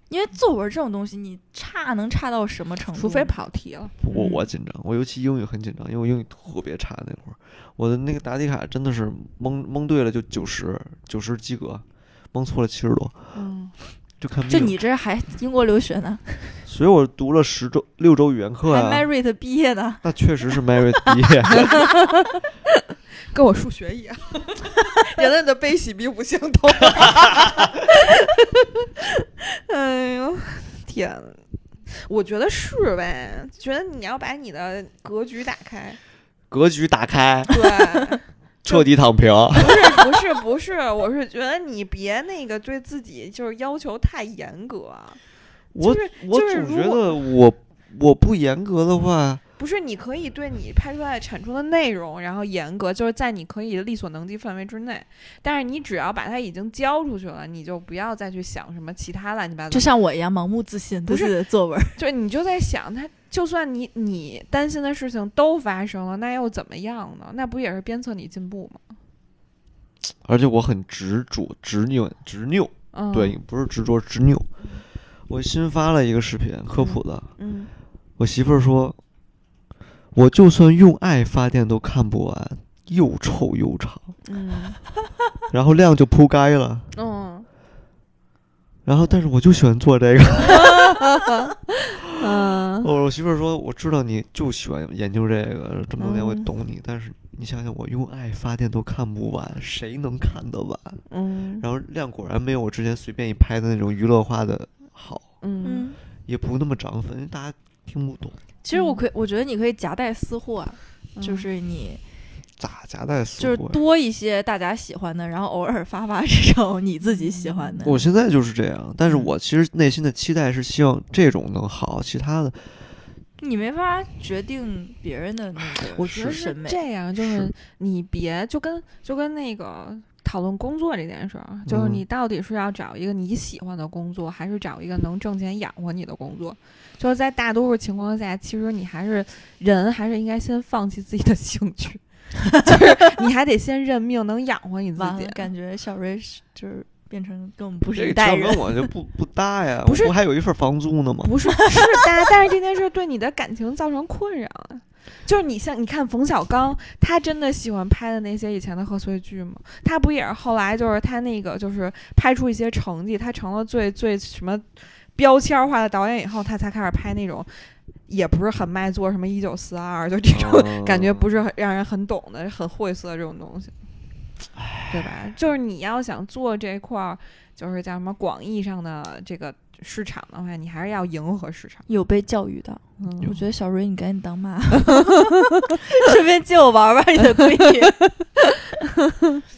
Speaker 1: 因为作文这种东西，你差能差到什么程度？
Speaker 3: 嗯除非跑题了，
Speaker 2: 我
Speaker 1: 嗯
Speaker 2: 我紧张，我尤其英语很紧张，因为我英语特别差那会儿，我的那个答题卡真的是蒙蒙对了就九十九十及格，蒙错了七十多，
Speaker 3: 嗯，
Speaker 2: 就看
Speaker 1: 就
Speaker 2: 命。
Speaker 1: 你这还英国留学呢，
Speaker 2: 所以我读了十周六周语言课
Speaker 1: 还
Speaker 2: 呀、
Speaker 1: merit 毕业呢，
Speaker 2: 那确实是 merit [LAUGHS] 毕业。
Speaker 3: 跟我数学一样， [LAUGHS] 人类的悲喜并不相同。 [LAUGHS] 哎呦，天呐！我觉得是呗，觉得你要把你的格局打开，
Speaker 2: 格局打开，
Speaker 3: 对，
Speaker 2: 彻底躺平。
Speaker 3: [LAUGHS] 不是不是不是，我是觉得你别那个对自己就是要求太严格，啊
Speaker 2: 我
Speaker 3: 就是
Speaker 2: 我
Speaker 3: 就是
Speaker 2: 总
Speaker 3: 如
Speaker 2: 觉
Speaker 3: 果
Speaker 2: 得我我不严格的话，
Speaker 3: 不是你可以对你拍出来产出的内容，然后严格，就是在你可以力所能及范围之内，但是你只要把它已经交出去了，你就不要再去想什么其他乱七八糟的
Speaker 1: 就像我一样盲目自信，
Speaker 3: 不是
Speaker 1: 对自己的作文。
Speaker 3: 就你就在想，他就算你你担心的事情都发生了，那又怎么样呢？那不也是鞭策你进步吗？
Speaker 2: 而且我很执着、执拗、执拗，
Speaker 3: 嗯，
Speaker 2: 对，，不是执着，执拗。我新发了一个视频，科普的。
Speaker 3: 嗯，
Speaker 2: 我媳妇儿说，我就算用爱发电都看不完，又臭又长，
Speaker 3: 嗯，
Speaker 2: 然后量就铺街了。
Speaker 3: 嗯，
Speaker 2: 然后，但是我就喜欢做这个。
Speaker 3: 嗯，
Speaker 2: [LAUGHS] 我我媳妇儿说，我知道你就喜欢研究这个，这么多年我也
Speaker 3: 嗯
Speaker 2: 懂你。但是你想想，我用爱发电都看不完，谁能看得完？
Speaker 3: 嗯，
Speaker 2: 然后量果然没有我之前随便一拍的那种娱乐化的好，
Speaker 3: 嗯，，
Speaker 2: 也不那么涨粉，因为大家听不懂。
Speaker 1: 其实我可以，我觉得你可以夹带私货啊，就是你
Speaker 2: 咋夹带私
Speaker 1: 就是
Speaker 2: 货呀
Speaker 1: 多一些大家喜欢的，然后偶尔发发这种你自己喜
Speaker 3: 嗯
Speaker 1: 欢的。
Speaker 2: 我现在就是这样，但是我其实内心的期待是希望这种能好，其他的
Speaker 1: 你没法决定别人的那个
Speaker 3: 我觉得
Speaker 1: 审美。
Speaker 3: 这样，就是
Speaker 2: 是
Speaker 3: 你别就跟就跟那个。讨论工作这件事儿，就是
Speaker 2: 嗯
Speaker 3: 你到底是要找一个你喜欢的工作，还是找一个能挣钱养活你的工作？就是在大多数情况下，其实你还是人，还是应该先放弃自己的兴趣， [LAUGHS] 就是你还得先认命，能养活你自
Speaker 1: 完
Speaker 3: 己
Speaker 1: 了，。感觉小瑞是就是变成跟我们不是
Speaker 2: 这
Speaker 1: 一
Speaker 2: 个
Speaker 1: 代
Speaker 2: 圈
Speaker 1: 人
Speaker 2: 跟。我就不不搭呀。
Speaker 3: 不是
Speaker 2: 我还有一份房租呢吗？
Speaker 3: 不是是搭，但是这件事对你的感情造成困扰啊。就是你像你看冯小刚，他真的喜欢拍的那些以前的贺岁剧吗？他不也是后来就是他那个就是拍出一些成绩，他成了最最什么标签化的导演以后，他才开始拍那种也不是很卖座，什么一九四二， [LAUGHS] 就这种、
Speaker 2: 哦
Speaker 3: 感觉不是很让人很懂的、很晦涩的这种东西，对吧？就是你要想做这块儿，就是叫什么广义上的这个市场的话，你还是要迎合市场。
Speaker 1: 有被教育到，
Speaker 3: 嗯
Speaker 1: 我觉得小瑞，你赶紧当 [LAUGHS] 妈，顺便借我玩玩你的 [LAUGHS] 闺女。
Speaker 2: 啊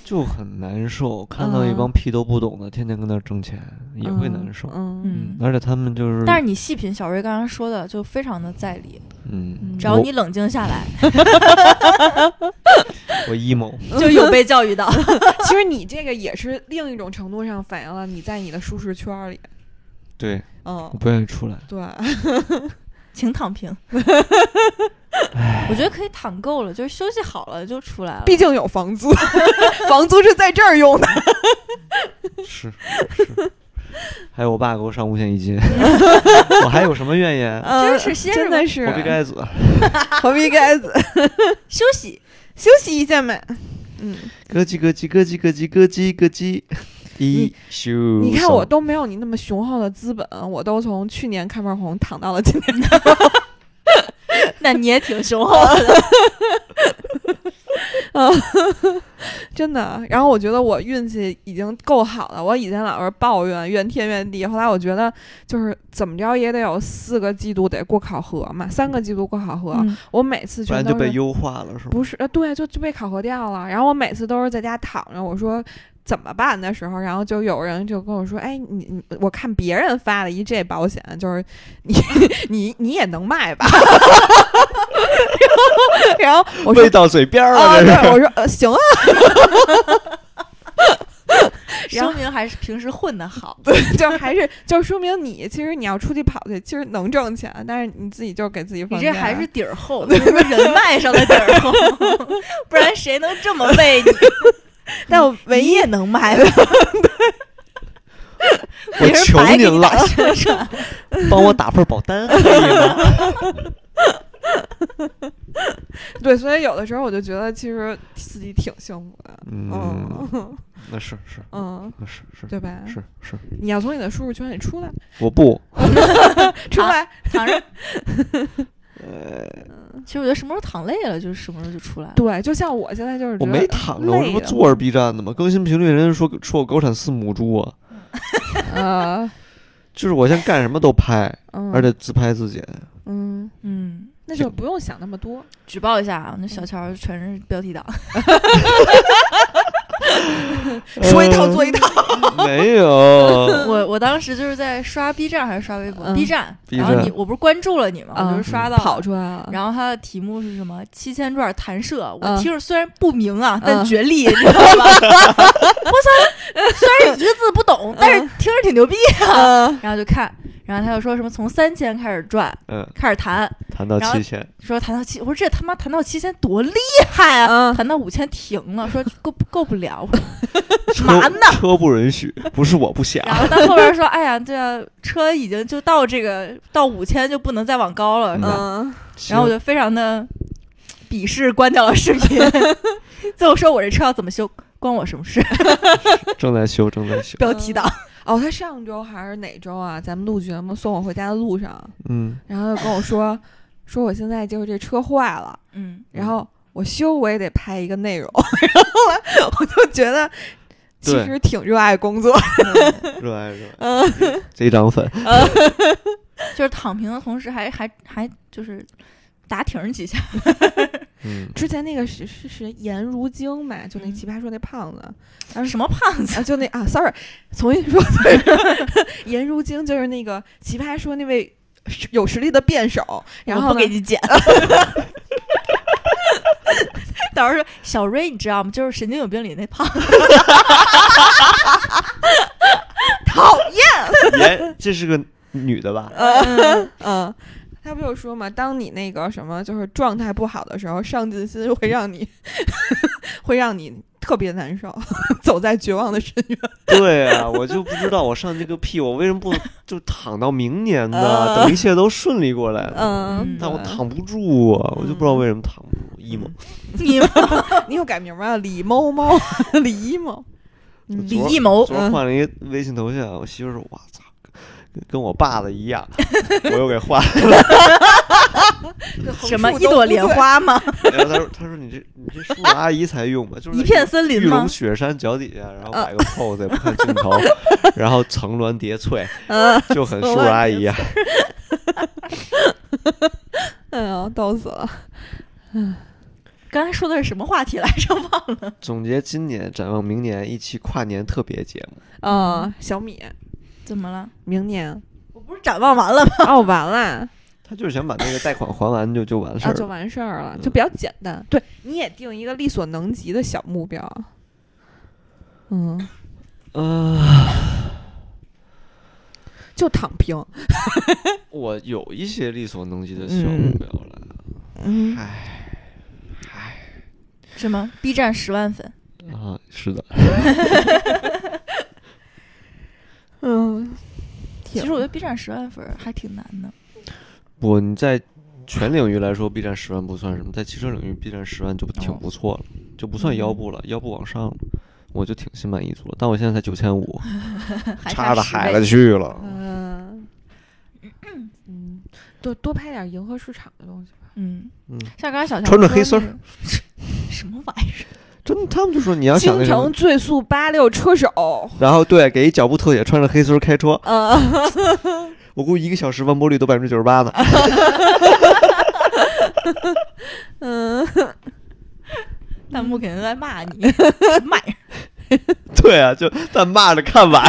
Speaker 2: 就很难受，看到一
Speaker 3: 嗯
Speaker 2: 帮屁都不懂的，天天跟那儿挣钱，也会难受。
Speaker 3: 嗯
Speaker 1: 嗯，
Speaker 2: 而且他们就是，
Speaker 1: 但是你细品小瑞刚刚说的，就非常的在理。
Speaker 2: 嗯，
Speaker 1: 只要你冷静下
Speaker 3: [LAUGHS]
Speaker 1: 来，
Speaker 2: 我我 emo，
Speaker 1: 就有被教育到。 [LAUGHS]
Speaker 3: 其实你这个也是另一种程度上反映了你在你的舒适圈儿里。
Speaker 2: 对
Speaker 3: 嗯
Speaker 2: 我，不愿意出来。
Speaker 3: [LAUGHS] 对，
Speaker 2: 嗯
Speaker 1: 请躺平。我觉得可以躺够了，就是休息好了就出来了。 [LAUGHS]
Speaker 3: 毕竟有房租， [LAUGHS] 房租是在这儿用的。
Speaker 2: 是是，还有我爸给我上五险一
Speaker 3: [LAUGHS]
Speaker 2: 金，我还有什么怨言？
Speaker 1: 真
Speaker 3: 嗯
Speaker 1: 是歇着
Speaker 3: 真
Speaker 1: 吧
Speaker 3: 的是
Speaker 2: 活该该死。
Speaker 3: 何必 [LAUGHS] 该死？
Speaker 1: 休息，
Speaker 3: 休息一下嘛。嗯，
Speaker 2: 咯叽咯叽咯叽咯叽咯叽咯叽，一休。
Speaker 3: 你看我都没有你那么雄厚的资本，我都从去年开门红躺到了今天。哦
Speaker 1: [LAUGHS] 那你也挺雄厚的。
Speaker 3: 真的。然后我觉得我运气已经够好了，我以前老是抱怨怨天怨地，后来我觉得就是怎么着也得有四个季度得过考核嘛，三个季度过考核，
Speaker 1: 嗯
Speaker 3: 我每次
Speaker 2: 不然
Speaker 3: 全
Speaker 2: 就
Speaker 3: 都
Speaker 2: 被
Speaker 3: 是
Speaker 2: 优化了，是吧？[LAUGHS]
Speaker 3: 不是，呃对，就就被考核掉了。然后我每次都是在家躺着，我说怎么办的时候，然后就有人就跟我说：“哎，你你，我看别人发了一这保险，就是你你 [LAUGHS] 你也能卖吧？”然后然后我说
Speaker 2: 喂到嘴边儿
Speaker 3: 啊，
Speaker 2: 了，这
Speaker 3: 对，
Speaker 2: 是。
Speaker 3: 我说呃行啊，然后
Speaker 1: 声明还是平时混的好。
Speaker 3: 就还是就说明你其实你要出去跑去，其实能挣钱，但是你自己就是给自己
Speaker 1: 你
Speaker 3: 放
Speaker 1: 这
Speaker 3: 假
Speaker 1: 还是底儿厚，就是人脉上的底儿
Speaker 3: [LAUGHS]
Speaker 1: 厚，不然谁能这么喂你？
Speaker 3: 但我唯
Speaker 1: 你
Speaker 3: 一
Speaker 1: 也能卖吧？
Speaker 2: 我
Speaker 1: 别人
Speaker 2: 求
Speaker 1: 白给
Speaker 2: 您
Speaker 1: 你
Speaker 2: 了
Speaker 1: 打宣传
Speaker 2: [LAUGHS]
Speaker 3: [LAUGHS]
Speaker 2: 帮我打份保单可以吗？
Speaker 3: 对，所以有的时候我就觉得其实自己挺幸福的，
Speaker 2: 嗯，
Speaker 3: 嗯
Speaker 2: 那是是，
Speaker 3: 嗯，
Speaker 2: 那是是
Speaker 3: 对吧？
Speaker 2: 是是，
Speaker 3: 你要从你的舒适圈里出来，
Speaker 2: 我不，
Speaker 3: 出来。
Speaker 1: 躺着。其实我觉得什么时候躺累了，就是什么时候就出来了。
Speaker 3: 呃对，就像我现在就是
Speaker 2: 我
Speaker 3: 觉
Speaker 2: 没
Speaker 3: 得
Speaker 2: 躺着，我这
Speaker 3: 累啊
Speaker 2: 不
Speaker 3: 得
Speaker 2: 坐着 B 站的吗？更新频率人家说说我狗产四母猪啊，
Speaker 3: 呃，
Speaker 2: 就是我现在干什么都拍，
Speaker 3: 嗯
Speaker 2: 而且自拍自剪。
Speaker 3: 嗯，
Speaker 1: 嗯，
Speaker 3: 那就不用想那么多。
Speaker 1: 举报一下啊，那小乔全是标题党。 [LAUGHS] 嗯
Speaker 3: 说一套做一套。
Speaker 2: 嗯没有，
Speaker 1: 我我当时就是在刷 B 站还是刷微博、
Speaker 3: 嗯
Speaker 1: b 站，
Speaker 2: B
Speaker 1: 然后你
Speaker 2: 站
Speaker 1: 我不是关注了你吗？我
Speaker 3: 嗯
Speaker 1: 就是刷到了
Speaker 3: 跑出来 [LAUGHS] 了，
Speaker 1: 然后它的题目是什么？七千转弹射，我
Speaker 3: 嗯
Speaker 1: 听着虽然不明啊，
Speaker 3: 嗯
Speaker 1: 但绝力，你知道吧？ [LAUGHS] 我操，虽然一个字不懂，但是听着挺牛逼。
Speaker 3: 嗯
Speaker 1: 然后就看，然后他又说什么从三千开始转，
Speaker 2: 嗯，
Speaker 1: 开始弹，
Speaker 2: 谈到
Speaker 1: 然后
Speaker 2: 七千，
Speaker 1: 说弹到七，我说这他妈弹到七千多厉害啊！
Speaker 3: [LAUGHS] 嗯，
Speaker 1: 弹到五千停了，说够不够不了，
Speaker 2: 车
Speaker 1: 嘛呢
Speaker 2: 车不允许，不是我不想，
Speaker 1: 然后到后边说，哎呀，这啊，车已经就到这个到五千就不能再往高了，是吧？
Speaker 3: 嗯，
Speaker 1: 然后我
Speaker 2: 就
Speaker 1: 就非常的鄙视关掉了视频，最后说我这车要怎么修，关我什么 [LAUGHS] 事？
Speaker 2: 正在修，正在修，
Speaker 1: 标题党，
Speaker 3: 哦，他上周还是哪周啊？咱们录节目送我回家的路上，
Speaker 2: 嗯，
Speaker 3: 然后就跟我说， [LAUGHS] 说我现在就是这车坏了，
Speaker 1: 嗯，
Speaker 3: 然后我修我也得拍一个内容， [LAUGHS] 然后我就觉得其
Speaker 2: 对
Speaker 3: 实挺热爱工作，
Speaker 2: 热爱热爱，
Speaker 3: 嗯
Speaker 2: 贼涨粉，
Speaker 1: 嗯就是躺平的同时还还还就是打挺儿几下，
Speaker 2: 嗯，
Speaker 3: 之前那个是是是颜如晶嘛，就那
Speaker 1: 嗯
Speaker 3: 奇葩说那胖 [LAUGHS] 子，然后
Speaker 1: 什么胖子
Speaker 3: 啊，就那啊，sorry，重新说， [LAUGHS] 颜如晶就是那个奇葩说那位实有实力的辩手，然
Speaker 1: 我
Speaker 3: 后
Speaker 1: 不
Speaker 3: 呢
Speaker 1: 给你剪。 [LAUGHS] 到时候说小瑞，你知道吗？就是神经有病里那胖子，
Speaker 3: 讨
Speaker 2: [LAUGHS]
Speaker 3: 厌，
Speaker 2: 耶，哎这是个女
Speaker 1: [LAUGHS]
Speaker 2: 的吧？
Speaker 3: 嗯 [LAUGHS] 嗯，他不就说嘛，当你那个什么就是状态不好的时候，上进心会让你 [LAUGHS] 会让你特别难受， [LAUGHS] 走在绝望的深渊。
Speaker 2: 对啊，我就不知道我上这个屁，我为什么不就躺到明年呢？
Speaker 3: 呃
Speaker 2: 等一切都顺利过来
Speaker 1: 呃
Speaker 2: 了，
Speaker 3: 嗯，
Speaker 2: 但我
Speaker 3: 对
Speaker 2: 躺不住啊，我就不知道为什么躺不住，emo。
Speaker 1: 你
Speaker 3: 你又改名吗？李某某，李一某，嗯
Speaker 1: 李艺谋
Speaker 2: 昨儿换了一个微信头像，我媳妇说：“我操，跟跟我爸的一
Speaker 1: [LAUGHS]
Speaker 2: 样。”我又给换了。
Speaker 1: 什么一朵莲
Speaker 3: 花。
Speaker 1: 花吗？
Speaker 2: 然后她说：“她说你这你这叔叔阿姨才用吧？就
Speaker 1: [LAUGHS]
Speaker 2: 是
Speaker 1: 一
Speaker 2: 在
Speaker 1: 片森
Speaker 2: 玉
Speaker 1: 林吗呃
Speaker 2: 龙？雪山脚底下，然后摆个 pose 不看镜头，然后层峦叠
Speaker 1: [LAUGHS]
Speaker 2: 翠，
Speaker 1: 呃
Speaker 3: 嗯
Speaker 2: 就很叔叔阿姨啊。
Speaker 3: 哎呀，逗死了！
Speaker 1: 刚才说的是什么话题来着？ [LAUGHS] 忘了。”
Speaker 2: 总结今年，展望明年一期跨年特别节目。
Speaker 3: 嗯，小米，
Speaker 1: 怎么了？
Speaker 3: 明年
Speaker 1: 我不是展望完了吗？
Speaker 3: 哦，完了，
Speaker 2: 他就是想把那个贷款还完就就完事
Speaker 3: 啊，
Speaker 2: 儿
Speaker 3: 就
Speaker 2: 了。
Speaker 3: 完事儿了，
Speaker 2: 嗯
Speaker 3: 就比较简单。对，你也定一个力所能及的小目标。嗯，呃
Speaker 2: 嗯，
Speaker 3: 就躺平。
Speaker 2: 我有一些力所能及的小目标了。
Speaker 3: 嗯，
Speaker 2: 唉
Speaker 1: 什么？B 站十万粉，
Speaker 2: 啊，是的，
Speaker 3: 嗯，
Speaker 1: 其实我觉得 B 站十万粉还挺难的。
Speaker 2: 我你在全领域来说，B 站十万不算什么，在汽车领域，B 站十万就挺不错了，就不算腰部了，腰部往上了，我就挺心满意足了。但我现在才九千五，
Speaker 1: 嗯还
Speaker 2: 差到
Speaker 1: 十
Speaker 2: 海
Speaker 1: 倍
Speaker 2: 了去了。
Speaker 3: 嗯，嗯，多多拍点迎合市场的东西吧。
Speaker 1: 嗯
Speaker 2: 嗯，
Speaker 1: 像刚才小乔
Speaker 2: 穿着
Speaker 1: 说
Speaker 2: 黑丝
Speaker 1: [LAUGHS]
Speaker 2: 儿
Speaker 1: 那个，什么玩意儿？
Speaker 2: 真他们就说你要想
Speaker 3: 京
Speaker 2: 那什么
Speaker 3: 城，最速八六车手，
Speaker 2: 然后对，给一脚步特写，穿着黑丝儿开车，
Speaker 3: 嗯，
Speaker 2: 我估计一个小时完播率都百分之九十八呢。 [LAUGHS]
Speaker 1: 弹幕肯定在骂你， [LAUGHS] 骂人
Speaker 2: 对啊，就但骂着看完。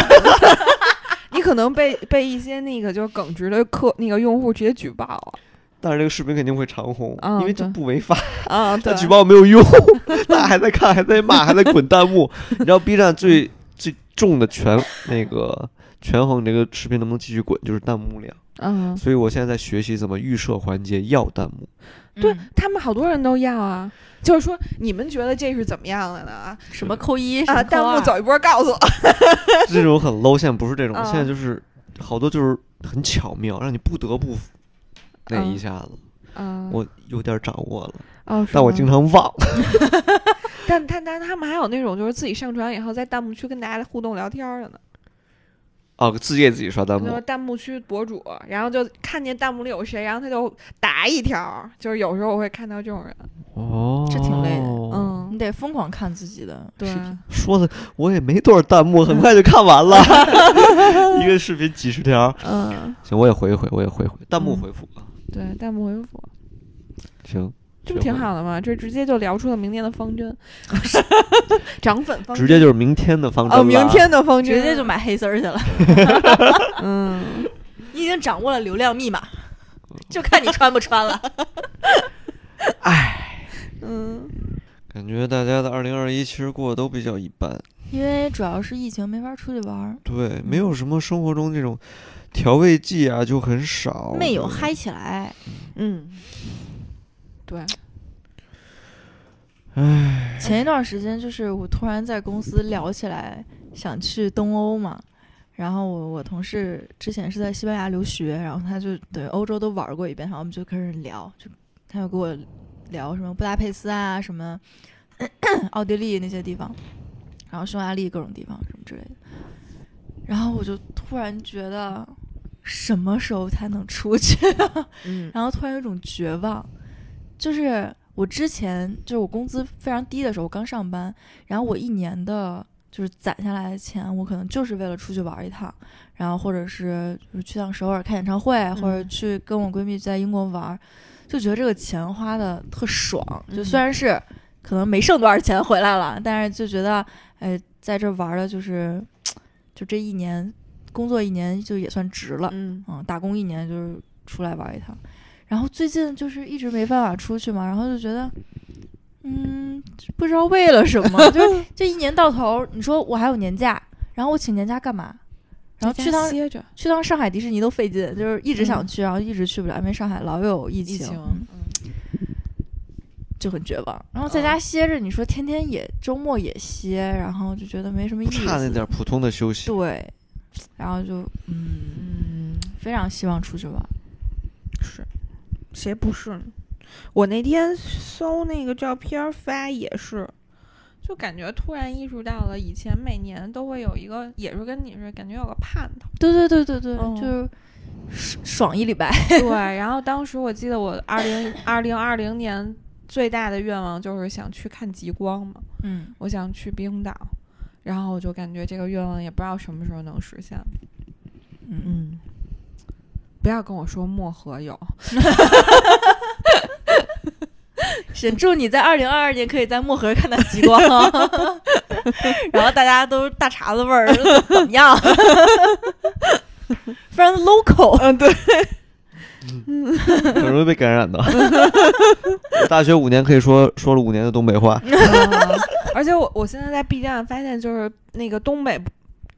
Speaker 3: [LAUGHS] 你可能被被一些那个就是耿直的客那个用户直接举报啊，
Speaker 2: 但是这个视频肯定会长红，
Speaker 3: 嗯
Speaker 2: 因为这
Speaker 3: 对
Speaker 2: 不违法，
Speaker 3: 啊，对
Speaker 2: 他，举报没有用， [LAUGHS] 大家还在看，还在骂，还在滚弹
Speaker 3: [LAUGHS]
Speaker 2: 幕。你知道 B 站最最重的权那个权衡你这个视频能不能继续滚，就是弹幕量。
Speaker 3: 嗯，
Speaker 2: 所以我现在在学习怎么预设环节要弹幕。 [LAUGHS]
Speaker 1: 嗯
Speaker 3: 对他们好多人都要啊，就是说你们觉得这是怎么样的呢？啊
Speaker 1: 什么扣一什
Speaker 3: 啊，
Speaker 1: 么
Speaker 3: 弹
Speaker 1: 扣
Speaker 3: 幕
Speaker 1: 二
Speaker 3: 走一波告诉我，
Speaker 2: 这种很 low，现在不是这种，
Speaker 3: 嗯
Speaker 2: 现在就是好多就是很巧妙，让你不得不那一下子，
Speaker 3: 嗯，
Speaker 2: 我有点掌握了，
Speaker 3: 哦，是
Speaker 2: 但我
Speaker 3: 吗
Speaker 2: 经常忘。 [LAUGHS]
Speaker 3: 但但但他们还有那种就是自己上传以后在弹幕区跟大家互动聊天儿的呢，
Speaker 2: 哦，自己给自己刷弹
Speaker 3: 就
Speaker 2: 幕
Speaker 3: 是，弹幕区博主，然后就看见弹幕里有谁，然后他就答一条儿，就是有时候我会看到这种人，
Speaker 2: 哦，
Speaker 1: 这挺累的
Speaker 3: 嗯
Speaker 1: 你，得疯狂看自己的视
Speaker 3: 对，
Speaker 1: 频。
Speaker 2: 说哦的我也没多少弹幕，很快就看完了， [LAUGHS] 一个视频几十条。
Speaker 3: 嗯，
Speaker 2: 行，我也回一回，我也回一回，弹幕
Speaker 3: 嗯
Speaker 2: 回复吧。
Speaker 3: 对，弹幕回复，
Speaker 2: 行，学
Speaker 3: 这不挺
Speaker 2: 会了
Speaker 3: 好的吗？这直接就聊出了明天的方针， [LAUGHS] 涨粉方针
Speaker 2: 直接就是明天的方针
Speaker 3: 哦，明
Speaker 2: 了啊
Speaker 3: 天的方针
Speaker 1: 直接就买黑丝儿去 [LAUGHS] 了，
Speaker 3: 嗯，
Speaker 1: 你已经掌握了流量密码，就看你穿不穿了。
Speaker 3: 嗯，
Speaker 2: 感觉大家的二零二一其实过得都比较一般，
Speaker 1: 因为主要是疫情没法出去玩儿，
Speaker 2: 对，没有什么生活中这种调味剂啊，就很少。
Speaker 1: 没有
Speaker 2: 我觉得
Speaker 1: 嗨起来。
Speaker 3: 嗯，对，
Speaker 1: 前一段时间就是我突然在公司聊起来想去东欧嘛，然后我我同事之前是在西班牙留学，然后他就对欧洲都玩过一遍，然后我们就开始聊，就他就跟我聊什么布达佩斯啊，什么 [CLEARS THROAT] 奥地利那些地方，然后匈牙利各种地方什么之类的，然后我就突然觉得什么时候才能出去？啊
Speaker 3: 嗯
Speaker 1: 然后突然有一种绝望，就是我之前就是我工资非常低的时候，我刚上班，然后我一年的就是攒下来的钱，我可能就是为了出去玩一趟，然后或者是就是去趟首尔看演唱会，或者
Speaker 3: 嗯
Speaker 1: 去跟我闺蜜在英国玩，就觉得这个钱花的特爽，就虽
Speaker 3: 嗯
Speaker 1: 然是可能没剩多少钱回来了，但是就觉得哎，在这玩的就是就这一年工作一年就也算值了。
Speaker 3: 嗯
Speaker 1: 嗯，打工一年就是出来玩一趟。然后最近就是一直没办法出去嘛，然后就觉得，嗯，不知道为了什么，
Speaker 3: [LAUGHS]
Speaker 1: 就是这一年到头，你说我还有年假，然后我请年假干嘛？然后去趟
Speaker 3: 歇着，
Speaker 1: 去趟上海迪士尼都费劲，就是一直想
Speaker 3: 嗯
Speaker 1: 去，然后一直去不了，因为上海老有疫
Speaker 3: 疫情，
Speaker 1: 嗯就很绝望。然后在
Speaker 3: 嗯
Speaker 1: 家歇着，你说天天也周末也歇，然后就觉得没什么意
Speaker 2: 不
Speaker 1: 思。
Speaker 2: 差那点普通的休息。
Speaker 1: 对，然后就嗯，
Speaker 3: 嗯。
Speaker 1: 非常希望出去玩。
Speaker 3: 是，谁不是呢？我那天搜那个照片儿发也是，就感觉突然意识到了，以前每年都会有一个，也是跟你似的，感觉有个盼头。
Speaker 1: 对对对对对，
Speaker 3: 嗯
Speaker 1: 就是爽爽一礼拜。 [LAUGHS]
Speaker 3: 对，然后当时我记得我二零二零二零年最大的愿望就是想去看极光嘛，
Speaker 1: 嗯，
Speaker 3: 我想去冰岛，然后我就感觉这个愿望也不知道什么时候能实现。
Speaker 1: 嗯，
Speaker 3: 嗯，不要跟我说漠
Speaker 1: [LAUGHS]
Speaker 3: 河有，
Speaker 1: 神祝你在二零二二年可以在漠河看到极
Speaker 3: [LAUGHS]
Speaker 1: 光， [LAUGHS] 然后大家都是大碴子味儿， [LAUGHS] 怎么样？非常 local，
Speaker 3: 嗯，对，
Speaker 2: 很容易被
Speaker 1: [LAUGHS]
Speaker 2: 感染的。我大学五年可以说说了五年的东北话，
Speaker 3: 啊而且我我现在在 B 站发现，就是那个东北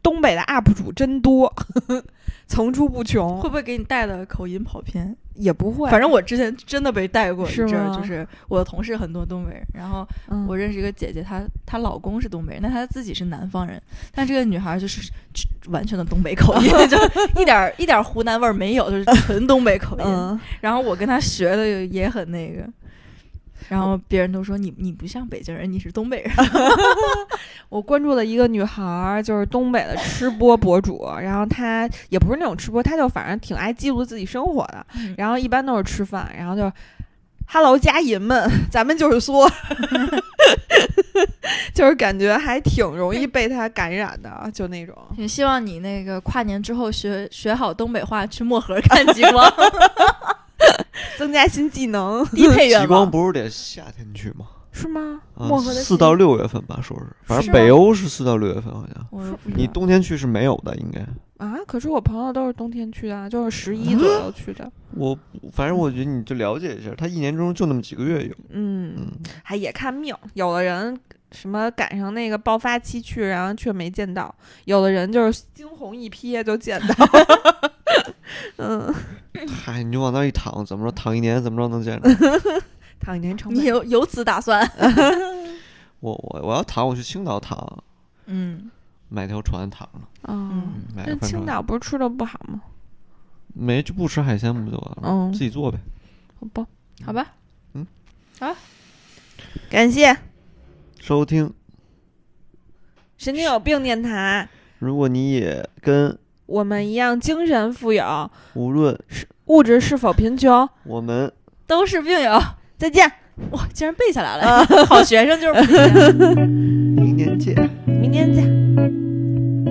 Speaker 3: 东北的 UP 主真多， [LAUGHS] 层出不穷
Speaker 1: 会，不会给你带的口音跑偏？
Speaker 3: 也不会。
Speaker 1: 反正我之前真的被带过一
Speaker 3: 是
Speaker 1: 阵儿，
Speaker 3: 吗
Speaker 1: 就是我的同事很多东北人，然后
Speaker 3: 嗯
Speaker 1: 我认识一个姐姐，她她老公是东北人，但她自己是南方人，但这个女孩就是就完全的东北口音， [LAUGHS] 就一点儿一点儿湖南味儿没有，就是纯东北口音。
Speaker 3: 嗯，
Speaker 1: 然后我跟她学的也很那个，然后别人都说你你不像北京人，你是东北人。
Speaker 3: 我关注了一个女孩儿，就是东北的吃播博主，然后她也不是嗯那种吃播，她就反正挺爱记录自己生活的，然后一般都是吃饭，然后就。 Hello，家人们，咱们就是 [LAUGHS] 说，就是感觉还挺容易被他感染的，就那种。
Speaker 1: [LAUGHS] 也希望你那个跨年之后学学好东北话，去漠河看极光，
Speaker 3: 增加新技能
Speaker 1: 低配
Speaker 2: 极
Speaker 1: 愿
Speaker 2: 光
Speaker 1: 望。
Speaker 2: 不是得夏天去吗？
Speaker 3: 是吗？
Speaker 2: 啊
Speaker 3: 漠，河的
Speaker 2: 四到六月份吧，说是，反
Speaker 1: 是
Speaker 2: 正
Speaker 1: 吗
Speaker 2: 北欧是四到六月份好像。
Speaker 1: 我不知
Speaker 2: 你
Speaker 1: 道
Speaker 2: 冬天去是没有的，应该。
Speaker 3: 啊，可是我朋友都是冬天去的啊，就是十一左右去的。
Speaker 2: 我反正我觉得你就了解一下，它一年中就那么几个月有。
Speaker 3: 嗯，
Speaker 2: 嗯，
Speaker 3: 还也看命，有的人什么赶上那个爆发期去，然后却没见到；有的人就是惊鸿一瞥就见
Speaker 1: [LAUGHS]
Speaker 3: 到。嗯，
Speaker 2: 嗨，你就往那儿一躺，怎么着躺一年，怎么着能见着？
Speaker 3: 躺一年成
Speaker 1: 你
Speaker 3: 本。
Speaker 1: 有有此打算？
Speaker 2: 我我我要躺，我去青岛躺，
Speaker 1: 嗯，
Speaker 2: 买条船躺着。
Speaker 3: 啊，
Speaker 1: 嗯
Speaker 2: 买
Speaker 3: 那
Speaker 2: 个帆
Speaker 3: 青
Speaker 2: 船
Speaker 3: 岛不是吃的不好吗？
Speaker 2: 没就不吃海鲜不就完了？
Speaker 3: 嗯
Speaker 2: 自己做呗。
Speaker 3: 好吧，
Speaker 1: 好吧，
Speaker 3: 感谢
Speaker 2: 收听，
Speaker 3: 神经有病电台，
Speaker 2: 如果你也跟
Speaker 3: 我们一样精神富有，
Speaker 2: 无论
Speaker 3: 物质是否贫穷。
Speaker 2: 我们
Speaker 1: 都是病友。
Speaker 3: 再见，嗯
Speaker 1: 哇，竟然背下来了！ [LAUGHS] 好学生就是不一样。
Speaker 2: 明年见。
Speaker 3: 明天见。